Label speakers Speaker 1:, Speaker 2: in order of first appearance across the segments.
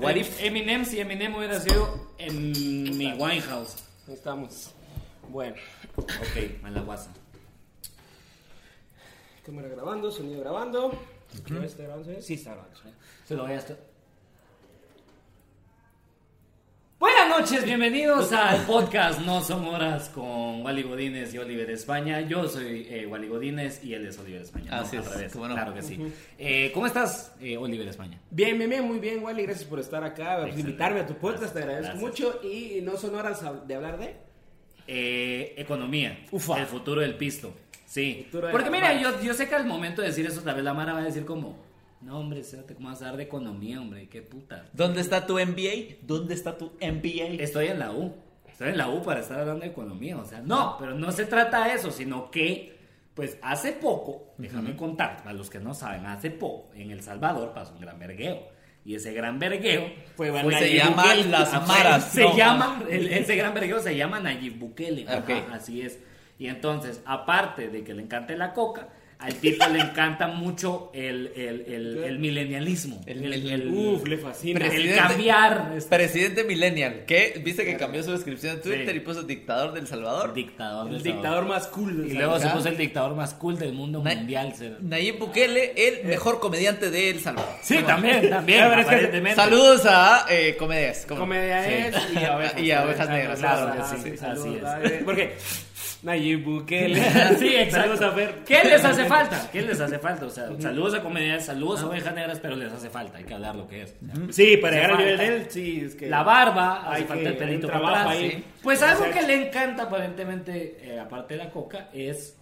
Speaker 1: What if?
Speaker 2: Em- Eminem, si Eminem hubiera sido en mi
Speaker 1: Claro.
Speaker 2: Winehouse.
Speaker 1: Ahí estamos. Bueno,
Speaker 2: Ok, Malaguasa.
Speaker 1: cámara grabando, sonido grabando. ¿No está grabando? Sí, está grabando.
Speaker 2: ¿eh? Se lo voy a estar- Buenas noches, bienvenidos al podcast No Son Horas con Wally Godínez y Oliver España. Yo soy eh, Wally Godínez y él es Oliver España.
Speaker 3: Así
Speaker 2: Al
Speaker 3: es,
Speaker 2: revés,
Speaker 3: cómo no.
Speaker 2: Claro que sí. Eh, ¿Cómo estás, eh, Oliver España?
Speaker 1: Bien, bien, bien, muy bien, Wally. Gracias por estar acá, por
Speaker 2: Excelente.
Speaker 1: invitarme a tu podcast. Te agradezco
Speaker 2: Gracias.
Speaker 1: mucho. Y no son horas hab- de hablar de.
Speaker 2: Eh, economía.
Speaker 1: Ufa.
Speaker 2: El futuro del pisto. Sí.
Speaker 1: Futuro de
Speaker 2: Porque
Speaker 1: la
Speaker 2: mira,
Speaker 1: Mara.
Speaker 2: yo, yo sé que al momento de decir eso, tal vez la Mara va a decir como, no, hombre, espérate, ¿cómo vas a dar de economía, hombre? Qué puta.
Speaker 3: ¿Dónde está tu MBA? ¿Dónde está tu MBA?
Speaker 2: Estoy en la U. Estoy en la U para estar hablando de economía. O sea, no, pero no se trata de eso, sino que, pues hace poco, déjame contar, para los que no saben, hace poco en El Salvador pasó un gran vergueo. Y ese gran vergueo
Speaker 1: Fue
Speaker 2: fue
Speaker 1: Nayib
Speaker 3: Pues se llama
Speaker 2: Bukele.
Speaker 3: Las
Speaker 2: Ah, fue-
Speaker 3: Maras.
Speaker 2: Se
Speaker 3: no,
Speaker 2: llama, el- ese gran vergueo se llama Nayib Bukele. Ajá,
Speaker 3: Ok.
Speaker 2: así es. Y entonces, aparte de que le encante la coca, al tipo le encanta mucho el, el, el, el milenialismo.
Speaker 3: El- el-
Speaker 1: Uf, le fascina.
Speaker 2: el
Speaker 3: Presidente.
Speaker 2: cambiar. este,
Speaker 3: Presidente Millennial, que viste que cambió su descripción en Twitter
Speaker 2: Sí.
Speaker 3: y puso dictador del Salvador.
Speaker 2: dictador.
Speaker 1: El
Speaker 2: del
Speaker 1: dictador más cool del
Speaker 2: Y luego se
Speaker 3: Ajá.
Speaker 2: puso el dictador más cool del mundo
Speaker 3: Na-
Speaker 2: mundial. se-
Speaker 3: Nayib Bukele,
Speaker 2: Eh.
Speaker 3: el mejor comediante de El Salvador.
Speaker 2: Sí, también, también.
Speaker 1: Ya verás que se te
Speaker 2: aparentemente.
Speaker 3: Saludos a eh, comedias. ¿cómo no?
Speaker 1: Comedia es
Speaker 2: Sí.
Speaker 1: y a ovejas,
Speaker 3: Y a ovejas negras,
Speaker 2: claro que
Speaker 1: ah,
Speaker 2: sí,
Speaker 1: saludos,
Speaker 2: así es.
Speaker 1: ah, eh, Porque Nayib Bukele.
Speaker 2: Sí, exacto.
Speaker 1: Saludos a Fer.
Speaker 2: ¿Qué les hace falta? ¿Qué les hace falta? O sea, saludos a comediantes, saludos a ovejas negras, pero les hace falta, hay que hablar lo que es. O sea,
Speaker 1: Sí, para
Speaker 2: Se
Speaker 1: llegar al nivel
Speaker 2: falta.
Speaker 1: de él, sí, es que.
Speaker 2: La barba,
Speaker 1: Hay
Speaker 2: hace falta el
Speaker 1: que-
Speaker 2: pelito
Speaker 1: un
Speaker 2: para
Speaker 1: trabajo
Speaker 2: atrás,
Speaker 1: ahí.
Speaker 2: sí. Pues algo
Speaker 1: Hacer-
Speaker 2: que le encanta aparentemente, eh, aparte de la coca, es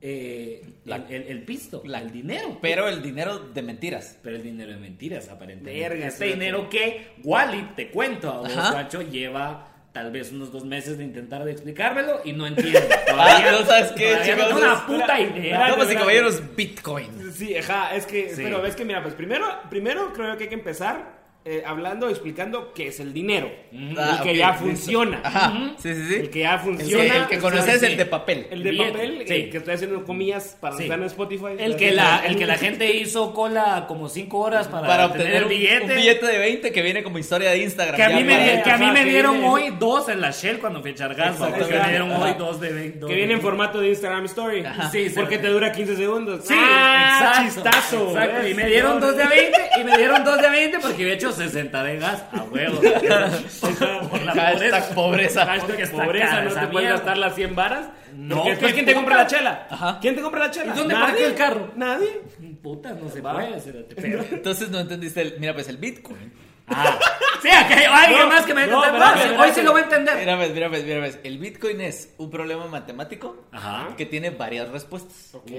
Speaker 2: eh,
Speaker 3: La-
Speaker 2: el, el- el pisto,
Speaker 3: la-
Speaker 2: el dinero.
Speaker 3: Pero el dinero de mentiras.
Speaker 2: Pero el dinero de mentiras, aparentemente.
Speaker 1: Verga,
Speaker 2: este
Speaker 1: sí,
Speaker 2: dinero que Wally, te cuento, a vos,
Speaker 3: Ajá.
Speaker 2: guacho, lleva tal vez unos dos meses de intentar de explicármelo y no entiendo. Todavía,
Speaker 3: Ah, ¿no sabes qué,
Speaker 2: todavía no
Speaker 3: chicos?
Speaker 2: tengo una puta
Speaker 1: Espera,
Speaker 2: idea.
Speaker 1: espera.
Speaker 3: Damas y
Speaker 1: espérate.
Speaker 3: caballeros, Bitcoin.
Speaker 1: Sí, ajá, es que,
Speaker 2: Sí.
Speaker 1: pero ves que mira, pues primero, primero creo que hay que empezar eh, hablando, explicando qué es el dinero. El
Speaker 3: Ah,
Speaker 1: que
Speaker 3: ok,
Speaker 1: ya
Speaker 3: listo.
Speaker 1: funciona.
Speaker 3: Ajá. Sí, sí, sí.
Speaker 1: El que ya
Speaker 3: El
Speaker 1: funciona.
Speaker 3: que, el que
Speaker 1: o sea,
Speaker 3: conoces
Speaker 1: sí.
Speaker 3: el de papel.
Speaker 1: El de
Speaker 2: Billete,
Speaker 1: papel,
Speaker 2: sí.
Speaker 1: el que estoy haciendo comillas para
Speaker 2: Sí.
Speaker 1: estar en Spotify.
Speaker 2: El que, la, el que la gente hizo cola como cinco horas para,
Speaker 3: para obtener
Speaker 2: el
Speaker 3: un
Speaker 2: billete.
Speaker 3: un billete de 20 que viene como historia de Instagram.
Speaker 2: Que a
Speaker 3: ya
Speaker 2: mí me,
Speaker 3: para-
Speaker 2: di- que a mí
Speaker 1: Ajá,
Speaker 2: me
Speaker 1: que
Speaker 2: dieron
Speaker 1: viene-
Speaker 2: hoy dos en la Shell cuando fui a echar gas,
Speaker 3: Exacto.
Speaker 2: porque me dieron hoy
Speaker 3: Ajá.
Speaker 2: dos de veinte.
Speaker 1: Que viene en formato de Instagram Story.
Speaker 2: Sí, sí.
Speaker 1: Porque te dura 15 segundos.
Speaker 2: Sí,
Speaker 1: Ah,
Speaker 2: exacto,
Speaker 1: chistazo.
Speaker 2: exacto.
Speaker 1: ¿ves?
Speaker 2: Y me dieron
Speaker 1: No,
Speaker 2: dos de 20 y me dieron dos de 20 porque había hecho 60 de gas a huevo. Por la pobreza.
Speaker 3: Hashtag pobreza.
Speaker 1: Hashtag
Speaker 2: Porque está
Speaker 1: pobreza,
Speaker 2: cara
Speaker 1: no
Speaker 2: esa
Speaker 1: te puedes
Speaker 2: mierda.
Speaker 1: gastar las 100 varas.
Speaker 2: No,
Speaker 1: porque después,
Speaker 2: qué
Speaker 1: ¿quién te compra la
Speaker 2: puta.
Speaker 1: chela?
Speaker 3: Ajá.
Speaker 1: ¿Quién te compra la chela?
Speaker 2: ¿Y dónde parqueo el carro?
Speaker 1: Nadie.
Speaker 2: Puta, no se
Speaker 1: Va.
Speaker 2: puede hacer este pedo.
Speaker 3: Entonces no entendiste el. Mira, pues el Bitcoin.
Speaker 2: Ah. Sí, acá hay alguien
Speaker 1: No,
Speaker 2: más que me va a
Speaker 1: no, espérate,
Speaker 2: entender. No, sí,
Speaker 1: espérate.
Speaker 2: Hoy sí lo voy a entender.
Speaker 3: Mira, pues, mira, pues, mira, pues. El Bitcoin es un problema matemático
Speaker 2: Ajá.
Speaker 3: que tiene varias respuestas.
Speaker 1: Ok.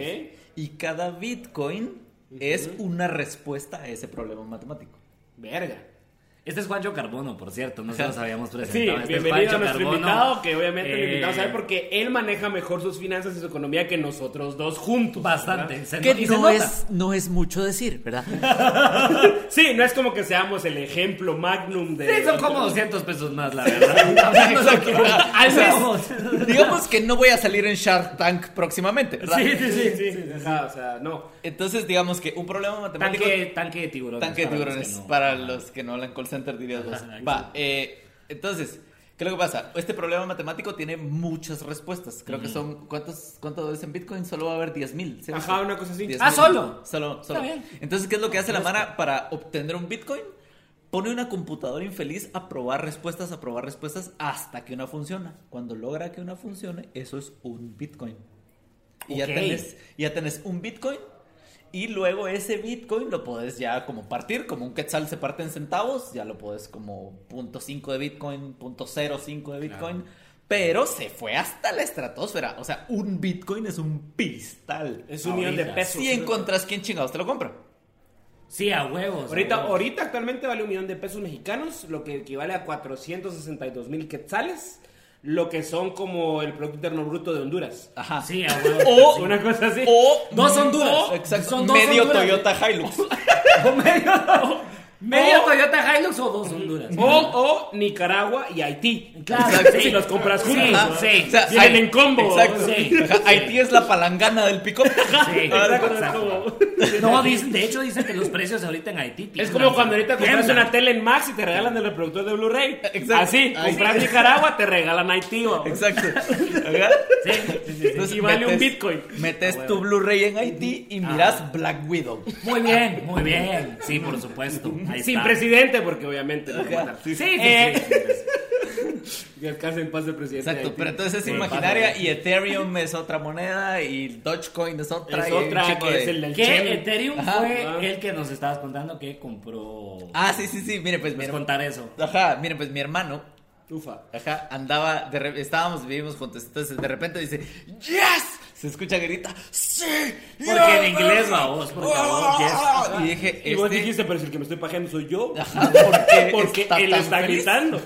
Speaker 3: Y cada Bitcoin es una respuesta a ese problema matemático.
Speaker 1: Verga.
Speaker 2: Este es Juancho Carbono, por cierto. No se los habíamos presentado.
Speaker 1: Sí,
Speaker 2: Este es
Speaker 1: bienvenido a
Speaker 2: Juancho
Speaker 1: nuestro
Speaker 2: Carbono.
Speaker 1: invitado, que obviamente lo
Speaker 2: Eh,
Speaker 1: invitamos a ver porque él maneja mejor sus finanzas y su economía que nosotros dos juntos.
Speaker 2: Bastante. Se no- y
Speaker 3: Que
Speaker 2: se
Speaker 3: no
Speaker 2: nota.
Speaker 3: es, no es mucho decir, ¿verdad?
Speaker 1: ¿verdad? Sí, no es como que seamos el ejemplo magnum de...
Speaker 2: Sí, son como 200 pesos más, la verdad. Hablando de lo que- Al mes.
Speaker 3: Digamos que no voy a salir en Shark Tank próximamente, ¿verdad?
Speaker 2: Sí,
Speaker 1: Sí,
Speaker 2: sí,
Speaker 1: sí,
Speaker 2: sí.
Speaker 1: sí. ajá, o sea, no.
Speaker 3: Entonces, digamos que un problema matemático.
Speaker 2: Tanque, tanque de tiburones.
Speaker 3: Tanque de
Speaker 2: para los
Speaker 3: tiburones,
Speaker 2: que no-
Speaker 3: para los que no hablan call center, diría vos.
Speaker 2: Ajá,
Speaker 3: Va, eh, entonces, ¿qué es lo que pasa? Este problema matemático tiene muchas respuestas. Creo que son, ¿cuántos, ¿cuánto es en Bitcoin? Solo va a haber 10.000 mil.
Speaker 1: Ajá, una cosa así.
Speaker 2: Ah, solo.
Speaker 3: Solo, solo.
Speaker 2: bien.
Speaker 3: Entonces, ¿qué es lo que hace la Mara para obtener un Bitcoin? Pone una computadora infeliz a probar respuestas, a probar respuestas hasta que una funciona. Cuando logra que una funcione, eso es un Bitcoin. Y ya,
Speaker 2: Ok.
Speaker 3: tenés, ya tenés un Bitcoin y luego ese Bitcoin lo podés ya como partir, como un quetzal se parte en centavos, ya lo podés como .5 de Bitcoin, .05 de Bitcoin, pero se fue hasta la estratosfera. O sea, un Bitcoin es un pistal.
Speaker 1: Es un millón de
Speaker 2: Ahorita.
Speaker 1: pesos.
Speaker 3: Si encontrás quién chingados te lo compra.
Speaker 2: Sí, a huevos.
Speaker 1: Ahorita,
Speaker 2: a huevos.
Speaker 1: ahorita actualmente vale un millón de pesos mexicanos, lo que equivale a 462 mil quetzales, lo que son como el Producto Interno Bruto de Honduras.
Speaker 2: Ah.
Speaker 3: Ajá.
Speaker 2: Sí, a huevos.
Speaker 3: O-
Speaker 1: Una cosa así.
Speaker 2: Oh,
Speaker 3: O
Speaker 2: Dos Honduras.
Speaker 3: o- exacto,
Speaker 2: Son dos
Speaker 3: medio
Speaker 2: Honduras.
Speaker 3: Toyota Hilux.
Speaker 2: O medio. Media
Speaker 1: O-
Speaker 2: Toyota Hilux o dos Honduras.
Speaker 1: O, o Nicaragua y Haití.
Speaker 2: Claro,
Speaker 1: Exacto.
Speaker 2: sí.
Speaker 1: si los compras
Speaker 2: Sí,
Speaker 1: juntos.
Speaker 2: ajá.
Speaker 1: Sí,
Speaker 2: O
Speaker 3: sea,
Speaker 1: Vienen
Speaker 3: hay-
Speaker 1: en combo.
Speaker 3: Exacto.
Speaker 2: sí.
Speaker 3: Ajá, Haití es la palangana del pico.
Speaker 2: Sí.
Speaker 1: Ahora
Speaker 2: Exacto.
Speaker 1: como-
Speaker 2: No, dicen, de hecho dicen que los precios ahorita en Haití.
Speaker 1: Es
Speaker 2: tiemblan.
Speaker 1: como cuando ahorita compras
Speaker 2: Tiemblan.
Speaker 1: una tele en Max y te regalan el reproductor de Blu-ray.
Speaker 3: Exacto.
Speaker 1: Así,
Speaker 3: Ay,
Speaker 1: compras Nicaragua, te regalan Haití. va.
Speaker 3: Exacto. Ajá.
Speaker 2: Sí, sí, sí, sí.
Speaker 1: Y vale un Bitcoin.
Speaker 3: Metes
Speaker 2: Ah, bueno.
Speaker 3: tu Blu-ray en Haití y miras Black Widow.
Speaker 2: Muy bien, muy bien. Sí, por supuesto. Ahí
Speaker 1: Sin
Speaker 2: está.
Speaker 1: presidente, porque obviamente lo matan.
Speaker 2: Sí, sí, sí,
Speaker 1: Eh.
Speaker 2: sí, sí, sí.
Speaker 1: Que descanse en paz el presidente. de
Speaker 3: Exacto,
Speaker 1: Haití.
Speaker 3: pero entonces es
Speaker 2: Sí,
Speaker 3: imaginaria
Speaker 2: pasa.
Speaker 3: y Ethereum es otra moneda y Dogecoin es otra.
Speaker 1: Es
Speaker 3: y un
Speaker 1: otra
Speaker 3: chingo
Speaker 1: que
Speaker 3: de-
Speaker 1: es el del
Speaker 2: ¿Qué
Speaker 1: Che.
Speaker 2: Ethereum
Speaker 3: Ajá.
Speaker 2: fue
Speaker 1: Ah.
Speaker 2: el que nos estabas contando que compró?
Speaker 3: Ah, sí, sí, sí, mire, pues mi
Speaker 2: ¿Puedes
Speaker 3: hermano.
Speaker 2: contar eso?
Speaker 3: Ajá, mire, pues mi hermano.
Speaker 1: Ufa.
Speaker 3: Ajá, andaba, de re- estábamos, vivimos juntos, entonces de repente dice, ¡Yes! Se escucha que grita, ¡Sí!
Speaker 2: Porque en inglés, va, vos, porque a vos, yes.
Speaker 3: Ah, Y dije,
Speaker 1: Y vos
Speaker 3: este-
Speaker 1: dijiste, pero si el que me estoy pajeando soy yo.
Speaker 3: Ajá, ¿por qué
Speaker 1: Porque
Speaker 3: está
Speaker 1: él
Speaker 3: tan
Speaker 1: está
Speaker 3: feliz?
Speaker 1: gritando.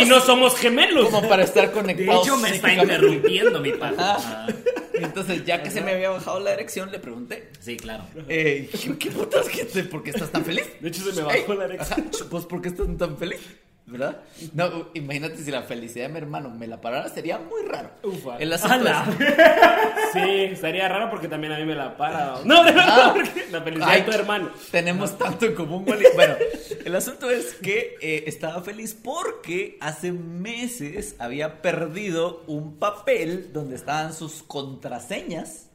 Speaker 1: Y no somos gemelos.
Speaker 3: Como para estar
Speaker 2: De
Speaker 3: conectados.
Speaker 2: hecho, me está
Speaker 3: psíquicamente.
Speaker 2: interrumpiendo mi Ah, padre.
Speaker 3: Ajá. Entonces, ya que se me había bajado la erección, le pregunté,
Speaker 2: Sí, claro.
Speaker 3: eh, ¿qué putas que te, por qué estás tan feliz?
Speaker 1: De hecho, se me
Speaker 3: Ey,
Speaker 1: bajó la erección.
Speaker 3: ajá, Pues, ¿por qué estás tan feliz? ¿Verdad? No, imagínate si la felicidad de mi hermano me la parara, sería muy raro.
Speaker 1: Ufa.
Speaker 3: El asunto
Speaker 2: ¡Hala!
Speaker 3: es-
Speaker 1: Sí, estaría raro porque también a mí me la para. No, no,
Speaker 3: Ah.
Speaker 1: no, porque la felicidad
Speaker 3: Ay,
Speaker 1: de tu hermano.
Speaker 3: Tenemos tanto en común, Wally. Bueno, el asunto es que eh, estaba feliz porque hace meses había perdido un papel donde estaban sus contraseñas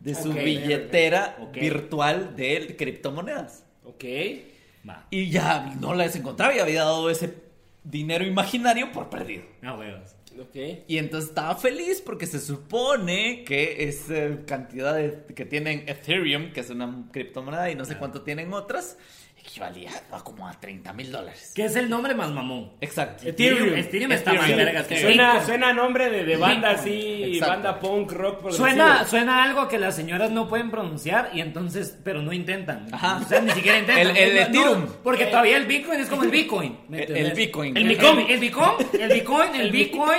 Speaker 3: de su
Speaker 2: Ok.
Speaker 3: billetera
Speaker 2: Ok.
Speaker 3: virtual de criptomonedas.
Speaker 1: Ok.
Speaker 2: Va.
Speaker 3: Y ya no las encontraba y había dado ese dinero imaginario por perdido.
Speaker 2: No huevos.
Speaker 1: Ok.
Speaker 3: Y entonces estaba feliz porque se supone que esa cantidad de- que tienen Ethereum, que es una criptomoneda, y no sé
Speaker 2: Claro.
Speaker 3: cuánto tienen otras, equivalía a como a 30 mil dólares.
Speaker 2: ¿Qué es el nombre más mamón?
Speaker 3: Exacto.
Speaker 2: Ethereum. Ethereum está más vergas que
Speaker 1: Suena,
Speaker 2: Bitcoin.
Speaker 1: suena nombre de, de banda así,
Speaker 3: Exacto.
Speaker 1: banda punk rock. progresivo.
Speaker 2: Suena, suena algo que las señoras no pueden pronunciar y entonces, pero no intentan.
Speaker 3: Ajá.
Speaker 2: O sea, ni siquiera intentan.
Speaker 3: El- el
Speaker 2: No,
Speaker 3: Ethereum.
Speaker 2: porque todavía el Bitcoin es como el Bitcoin. ¿me
Speaker 3: El-
Speaker 2: entiendes?
Speaker 3: el Bitcoin.
Speaker 2: El
Speaker 3: El
Speaker 2: Micom. El Bitcoin. El Bitcoin. El Bitcoin.
Speaker 3: el Micom.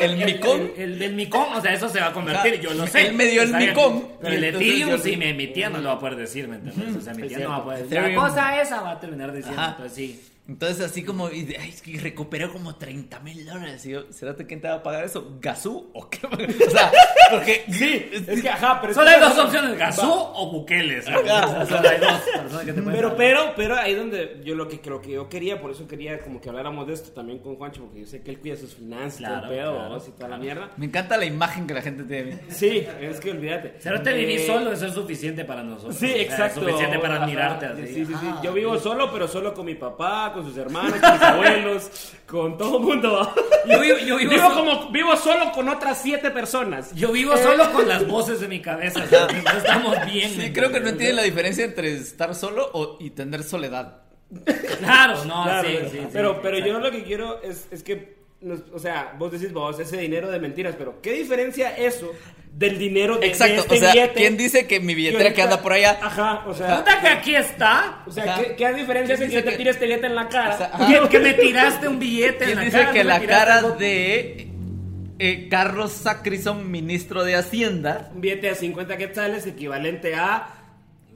Speaker 2: El, el, el Micom. O sea, eso se va a convertir.
Speaker 3: Ajá.
Speaker 2: yo lo sé.
Speaker 3: Él me dio el
Speaker 2: Está bien.
Speaker 3: Micom,
Speaker 2: Pero el
Speaker 3: entonces yo
Speaker 2: Ethereum,
Speaker 3: le-
Speaker 2: si me emitía, no lo va a poder decir. ¿Me entiendes? O sea, mi
Speaker 1: Es
Speaker 2: tía no
Speaker 1: cierto.
Speaker 2: va a poder decir. La
Speaker 3: Ethereum.
Speaker 2: cosa esa va a terminar diciendo.
Speaker 3: Ajá.
Speaker 2: Entonces, sí.
Speaker 3: Entonces así como, y, de- ay, es que recuperó como 30 mil dólares. Y yo, ¿será que quién te va a pagar eso? ¿Gazú o qué? O sea, porque...
Speaker 1: Sí, es que ajá, pero.
Speaker 2: Solo hay dos
Speaker 1: Pues Va.
Speaker 2: opciones, Gazú o Bukele. ¿sabes?
Speaker 3: Ajá.
Speaker 2: O sea, Solo hay dos personas que te pueden
Speaker 1: Pero,
Speaker 2: dar.
Speaker 1: pero, pero ahí donde yo lo que, lo que yo quería, por eso quería como que habláramos de esto también con Juancho, porque yo sé que él cuida sus finanzas,
Speaker 2: Claro,
Speaker 1: todo el pedo,
Speaker 2: claro,
Speaker 1: ¿no? y toda
Speaker 2: claro.
Speaker 1: la mierda.
Speaker 3: Me encanta la imagen que la gente tiene de mí.
Speaker 1: Sí, es que olvídate.
Speaker 2: Pero te vivís
Speaker 1: Eh,
Speaker 2: solo, eso es suficiente para nosotros.
Speaker 1: Sí,
Speaker 2: O sea,
Speaker 1: exacto.
Speaker 2: Es suficiente para
Speaker 1: Ajá.
Speaker 2: admirarte así.
Speaker 1: Sí, sí, sí.
Speaker 2: Ajá.
Speaker 1: Yo vivo solo, pero solo con mi papá, con sus hermanos, con mis abuelos, con todo el mundo.
Speaker 2: Yo vivo- yo vivo solo-
Speaker 1: como, vivo solo con otras siete personas.
Speaker 2: Yo vivo
Speaker 1: Eh.
Speaker 2: solo con las voces de mi cabeza. o sea, no estamos bien.
Speaker 3: Sí,
Speaker 2: ¿me
Speaker 3: creo que no
Speaker 2: entiendes?
Speaker 3: entienden la diferencia entre estar solo o- y tener soledad.
Speaker 2: Claro, no,
Speaker 1: Claro,
Speaker 2: sí,
Speaker 1: pero,
Speaker 2: sí, sí,
Speaker 1: pero,
Speaker 2: sí,
Speaker 1: pero yo
Speaker 2: exacto.
Speaker 1: lo que quiero es, es que, nos- o sea, vos decís vos, ese dinero de mentiras, pero ¿qué diferencia eso del dinero de, de
Speaker 3: Exacto,
Speaker 1: este
Speaker 3: o sea,
Speaker 1: billete?
Speaker 3: ¿quién dice que mi billetera que
Speaker 1: ahorita-
Speaker 3: anda por allá?
Speaker 1: Ajá, o sea,
Speaker 2: Puta que aquí está.
Speaker 1: o sea,
Speaker 3: Ajá.
Speaker 1: ¿qué, qué diferencia hace que
Speaker 3: dice
Speaker 1: yo te
Speaker 3: que-
Speaker 1: tire este billete en la cara?
Speaker 3: O sea, ajá.
Speaker 2: Que, que me tiraste un billete en
Speaker 3: ¿Quién
Speaker 2: la
Speaker 3: dice
Speaker 2: cara.
Speaker 3: que
Speaker 2: no me
Speaker 3: la
Speaker 2: tiraste
Speaker 3: cara
Speaker 2: algo?
Speaker 3: de eh, Carlos Sacrison, ministro de Hacienda?
Speaker 1: Un billete de 50 quetzales equivalente a...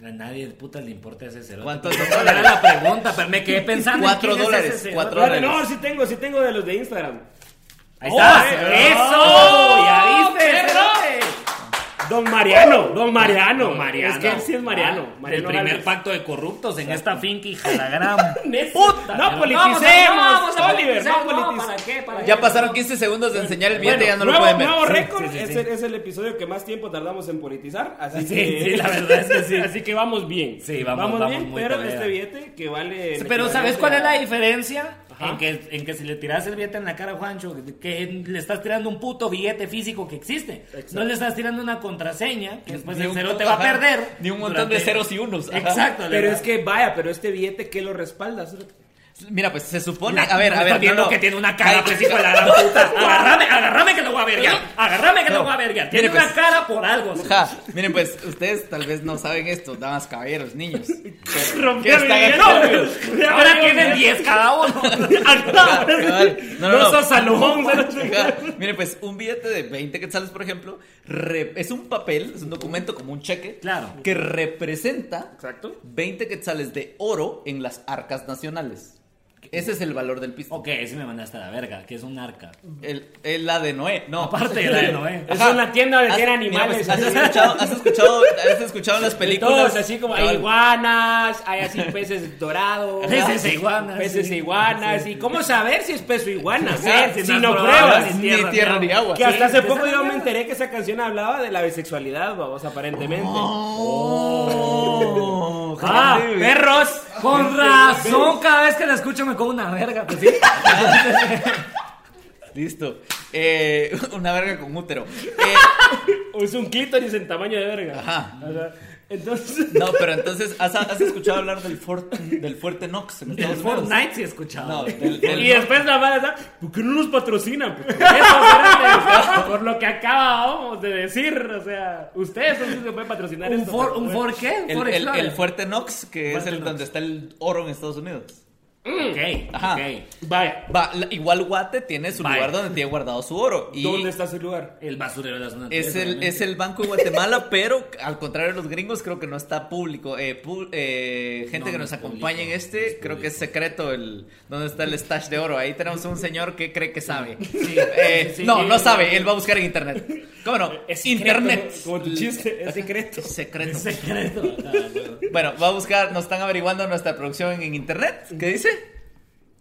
Speaker 2: A nadie de puta le importa ese cerote.
Speaker 3: ¿Cuántos
Speaker 2: Pero
Speaker 3: dólares?
Speaker 2: Era la pregunta, pero me quedé pensando. en
Speaker 3: Cuatro
Speaker 2: quién es
Speaker 3: dólares,
Speaker 2: ese cerote.
Speaker 3: cuatro
Speaker 1: Dale,
Speaker 3: dólares.
Speaker 1: no, sí tengo, sí tengo de los de Instagram.
Speaker 2: Ahí está.
Speaker 1: Oh, eh,
Speaker 2: eso.
Speaker 1: oh,
Speaker 2: ya viste.
Speaker 1: perro.
Speaker 2: cerote.
Speaker 1: Don Mariano, don Mariano.
Speaker 2: Don Ah, Mariano.
Speaker 1: Es que él sí es Mariano.
Speaker 2: Ah,
Speaker 1: Mariano
Speaker 2: el primer
Speaker 1: Gálvez.
Speaker 2: pacto de corruptos en esta finca, hija de la gran.
Speaker 1: Puta, no politicemos, Oliver, no politicemos.
Speaker 2: ¿Para qué? ¿Para
Speaker 3: Ya
Speaker 2: qué?
Speaker 3: pasaron 15 segundos de enseñar el billete,
Speaker 1: Bueno,
Speaker 3: ya no lo
Speaker 1: nuevo-
Speaker 3: pueden ver.
Speaker 1: Nuevo
Speaker 2: Sí,
Speaker 1: récord,
Speaker 2: sí, sí,
Speaker 1: es,
Speaker 2: sí.
Speaker 1: El, es el episodio que más tiempo tardamos en politizar, así
Speaker 2: Sí,
Speaker 1: que...
Speaker 2: sí, la verdad es que sí.
Speaker 1: Así que vamos bien.
Speaker 2: Sí, vamos- vamos
Speaker 1: bien,
Speaker 2: muy
Speaker 1: pero
Speaker 2: todavía.
Speaker 1: este billete que vale... el
Speaker 2: Pero ¿sabes
Speaker 1: equivalente
Speaker 2: cuál
Speaker 1: a-
Speaker 2: es la diferencia?
Speaker 1: Ajá.
Speaker 2: En que, en que si le tiras el billete en la cara a Juancho, que le estás tirando un puto billete físico que existe.
Speaker 1: Exacto.
Speaker 2: No le estás tirando una contraseña que después
Speaker 3: Ni
Speaker 2: el
Speaker 3: un
Speaker 2: cero te
Speaker 3: to-
Speaker 2: va a
Speaker 3: ajá.
Speaker 2: perder.
Speaker 3: Ni un montón de ceros y unos, ajá.
Speaker 2: Exacto. le
Speaker 1: Pero
Speaker 2: va-
Speaker 1: es que vaya, pero este billete que lo respalda.
Speaker 3: Mira, pues se supone.
Speaker 2: La-
Speaker 3: a ver, a
Speaker 2: estoy
Speaker 3: ver.
Speaker 2: viendo
Speaker 3: no, no.
Speaker 2: que tiene una cara, pues hijo de la gran puta. Agárrame, agárrame que lo voy a verguear. Agárrame que lo
Speaker 3: No.
Speaker 2: voy a verguear. Tiene
Speaker 3: Mire,
Speaker 2: una
Speaker 3: pues.
Speaker 2: cara por algo.
Speaker 3: Ja, miren, pues ustedes tal vez no saben esto, damas, caballeros, niños.
Speaker 2: Rompió
Speaker 3: ¿Qué
Speaker 2: mi
Speaker 3: están
Speaker 2: billete.
Speaker 3: haciendo?
Speaker 2: No, Ahora tienen 10 cada uno.
Speaker 3: Ah, No, no, no.
Speaker 2: sos Salomón.
Speaker 3: Ja, miren, pues un billete de 20 quetzales, por ejemplo, re- es un papel, es un documento como un cheque.
Speaker 2: Claro.
Speaker 3: Que representa
Speaker 1: Exacto.
Speaker 3: 20 quetzales de oro en las arcas nacionales. Ese es el valor del piso.
Speaker 2: Ok, ese me mandaste a la verga, que es un arca.
Speaker 3: El, el- la de Noé, no.
Speaker 2: Aparte de la de Noé.
Speaker 1: Es una tienda donde tienen animales.
Speaker 3: mira, pues, ¿has, escuchado, has, escuchado, has escuchado en las
Speaker 1: Y
Speaker 3: películas.
Speaker 1: todos así como hay
Speaker 3: Cabal.
Speaker 1: iguanas, hay así peces dorados.
Speaker 2: Peces e iguanas,
Speaker 1: Peces
Speaker 2: sí.
Speaker 1: e iguanas. ¿Y cómo saber si es peso iguana?
Speaker 2: Sí,
Speaker 1: Ah,
Speaker 2: si
Speaker 1: si
Speaker 2: no
Speaker 1: no
Speaker 2: has probado,
Speaker 1: pruebas.
Speaker 2: si
Speaker 3: Ni tierra, ni agua.
Speaker 1: Que hasta
Speaker 2: Sí,
Speaker 1: hace
Speaker 2: de
Speaker 1: poco
Speaker 2: esa
Speaker 1: yo me
Speaker 2: mierda.
Speaker 1: enteré que esa canción hablaba de la bisexualidad, vamos, aparentemente.
Speaker 3: Oh,
Speaker 2: Ah,
Speaker 3: gente.
Speaker 2: perros. Con razón, cada vez que la escucho me como una verga. Pues sí.
Speaker 3: Listo. Eh, una verga con útero. Eh,
Speaker 1: Es un clítoris en tamaño de verga.
Speaker 3: Ajá.
Speaker 1: O sea, entonces.
Speaker 3: no, pero entonces, ¿has, has escuchado hablar del, Fort- del Fuerte Knox? en
Speaker 2: El
Speaker 3: Estados Unidos?
Speaker 2: Fortnite sí he escuchado.
Speaker 3: No, del, del-
Speaker 1: Y después la mala está, ¿por qué no nos patrocinan? Pues, por, eso, espérate, por lo que acabamos de decir, o sea, ustedes son los que pueden patrocinar
Speaker 2: ¿Un
Speaker 1: esto.
Speaker 2: for,
Speaker 1: pero
Speaker 2: un
Speaker 1: bueno.
Speaker 2: for qué?
Speaker 3: el-
Speaker 2: ¿Un for
Speaker 3: el-
Speaker 2: Explorer?
Speaker 3: el Fuerte Knox, que
Speaker 2: Fuerte
Speaker 3: es el
Speaker 2: Knox.
Speaker 3: donde está el oro en Estados Unidos.
Speaker 2: Ok,
Speaker 3: Ajá.
Speaker 2: ok.
Speaker 1: Vaya,
Speaker 3: Va, la- igual Guate tiene su
Speaker 2: Vaya.
Speaker 3: lugar donde tiene guardado su oro. Y
Speaker 1: ¿dónde está ese lugar?
Speaker 2: El basurero de la zona.
Speaker 3: Es
Speaker 2: tres,
Speaker 3: el,
Speaker 2: obviamente.
Speaker 3: es el Banco de Guatemala, pero al contrario de los gringos, creo que no está público. Eh, pu- eh, gente
Speaker 2: No,
Speaker 3: que
Speaker 2: no
Speaker 3: nos
Speaker 2: es
Speaker 3: acompaña en
Speaker 2: público, no
Speaker 3: este,
Speaker 2: es
Speaker 3: creo que es
Speaker 2: público.
Speaker 3: secreto el donde está el stash de oro. Ahí tenemos un señor que cree que sabe.
Speaker 2: Sí,
Speaker 3: Eh,
Speaker 2: sí, sí,
Speaker 3: no,
Speaker 2: sí.
Speaker 3: no sabe, él va a buscar en internet. ¿Cómo no?
Speaker 1: Es secreto,
Speaker 3: internet.
Speaker 1: ¿no? Como tu chiste, es secreto.
Speaker 3: Es secreto.
Speaker 2: Secreto. Ah, bueno.
Speaker 3: Bueno, va a buscar, nos están averiguando nuestra producción en internet. ¿Qué dice?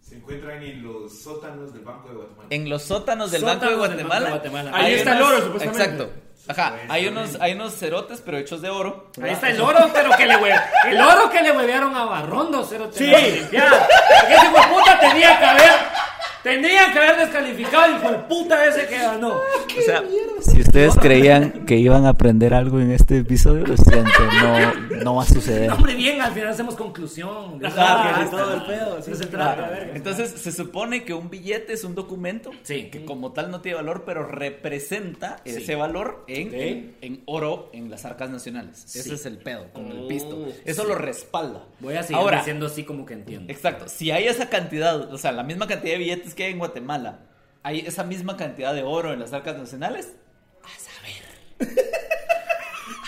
Speaker 4: Se encuentran en los sótanos del Banco de Guatemala.
Speaker 3: En los sótanos del
Speaker 2: Sótanos
Speaker 3: Banco de
Speaker 2: del
Speaker 3: Guatemala.
Speaker 2: Banco de Guatemala.
Speaker 1: Ahí
Speaker 3: Hay
Speaker 1: está el
Speaker 3: unos-
Speaker 1: oro, supuestamente.
Speaker 3: Exacto. Ajá, hay unos, hay unos cerotes, pero hechos de oro.
Speaker 2: Ahí está el oro, pero que le hue... El oro que le huevearon a Barrondo, cero
Speaker 1: Sí,
Speaker 2: temas.
Speaker 1: ya. Porque ese hijo de puta tenía que haber, tenía que haber descalificado el hijo de puta ese que ganó.
Speaker 3: O sea, si ustedes creían que iban a aprender algo en este episodio, lo siento, no, no va a suceder.
Speaker 2: No, hombre, bien, al final hacemos conclusión.
Speaker 1: Ah,
Speaker 2: Basta.
Speaker 1: que todo el pedo, sí,
Speaker 2: No se
Speaker 1: sí,
Speaker 2: trata.
Speaker 1: la verga.
Speaker 3: Entonces, se supone que un billete es un documento
Speaker 2: Sí.
Speaker 3: que como tal no tiene valor, pero representa
Speaker 2: Sí.
Speaker 3: ese valor en,
Speaker 1: Ok.
Speaker 3: en, en oro en las arcas nacionales. Ese es el pedo, con el pisto.
Speaker 1: Oh,
Speaker 3: Eso lo respalda.
Speaker 2: Voy a seguir
Speaker 3: Ahora,
Speaker 2: diciendo así como que entiendo.
Speaker 3: Exacto, si hay esa cantidad, o sea, la misma cantidad de billetes que hay en Guatemala, hay esa misma cantidad de oro en las arcas nacionales,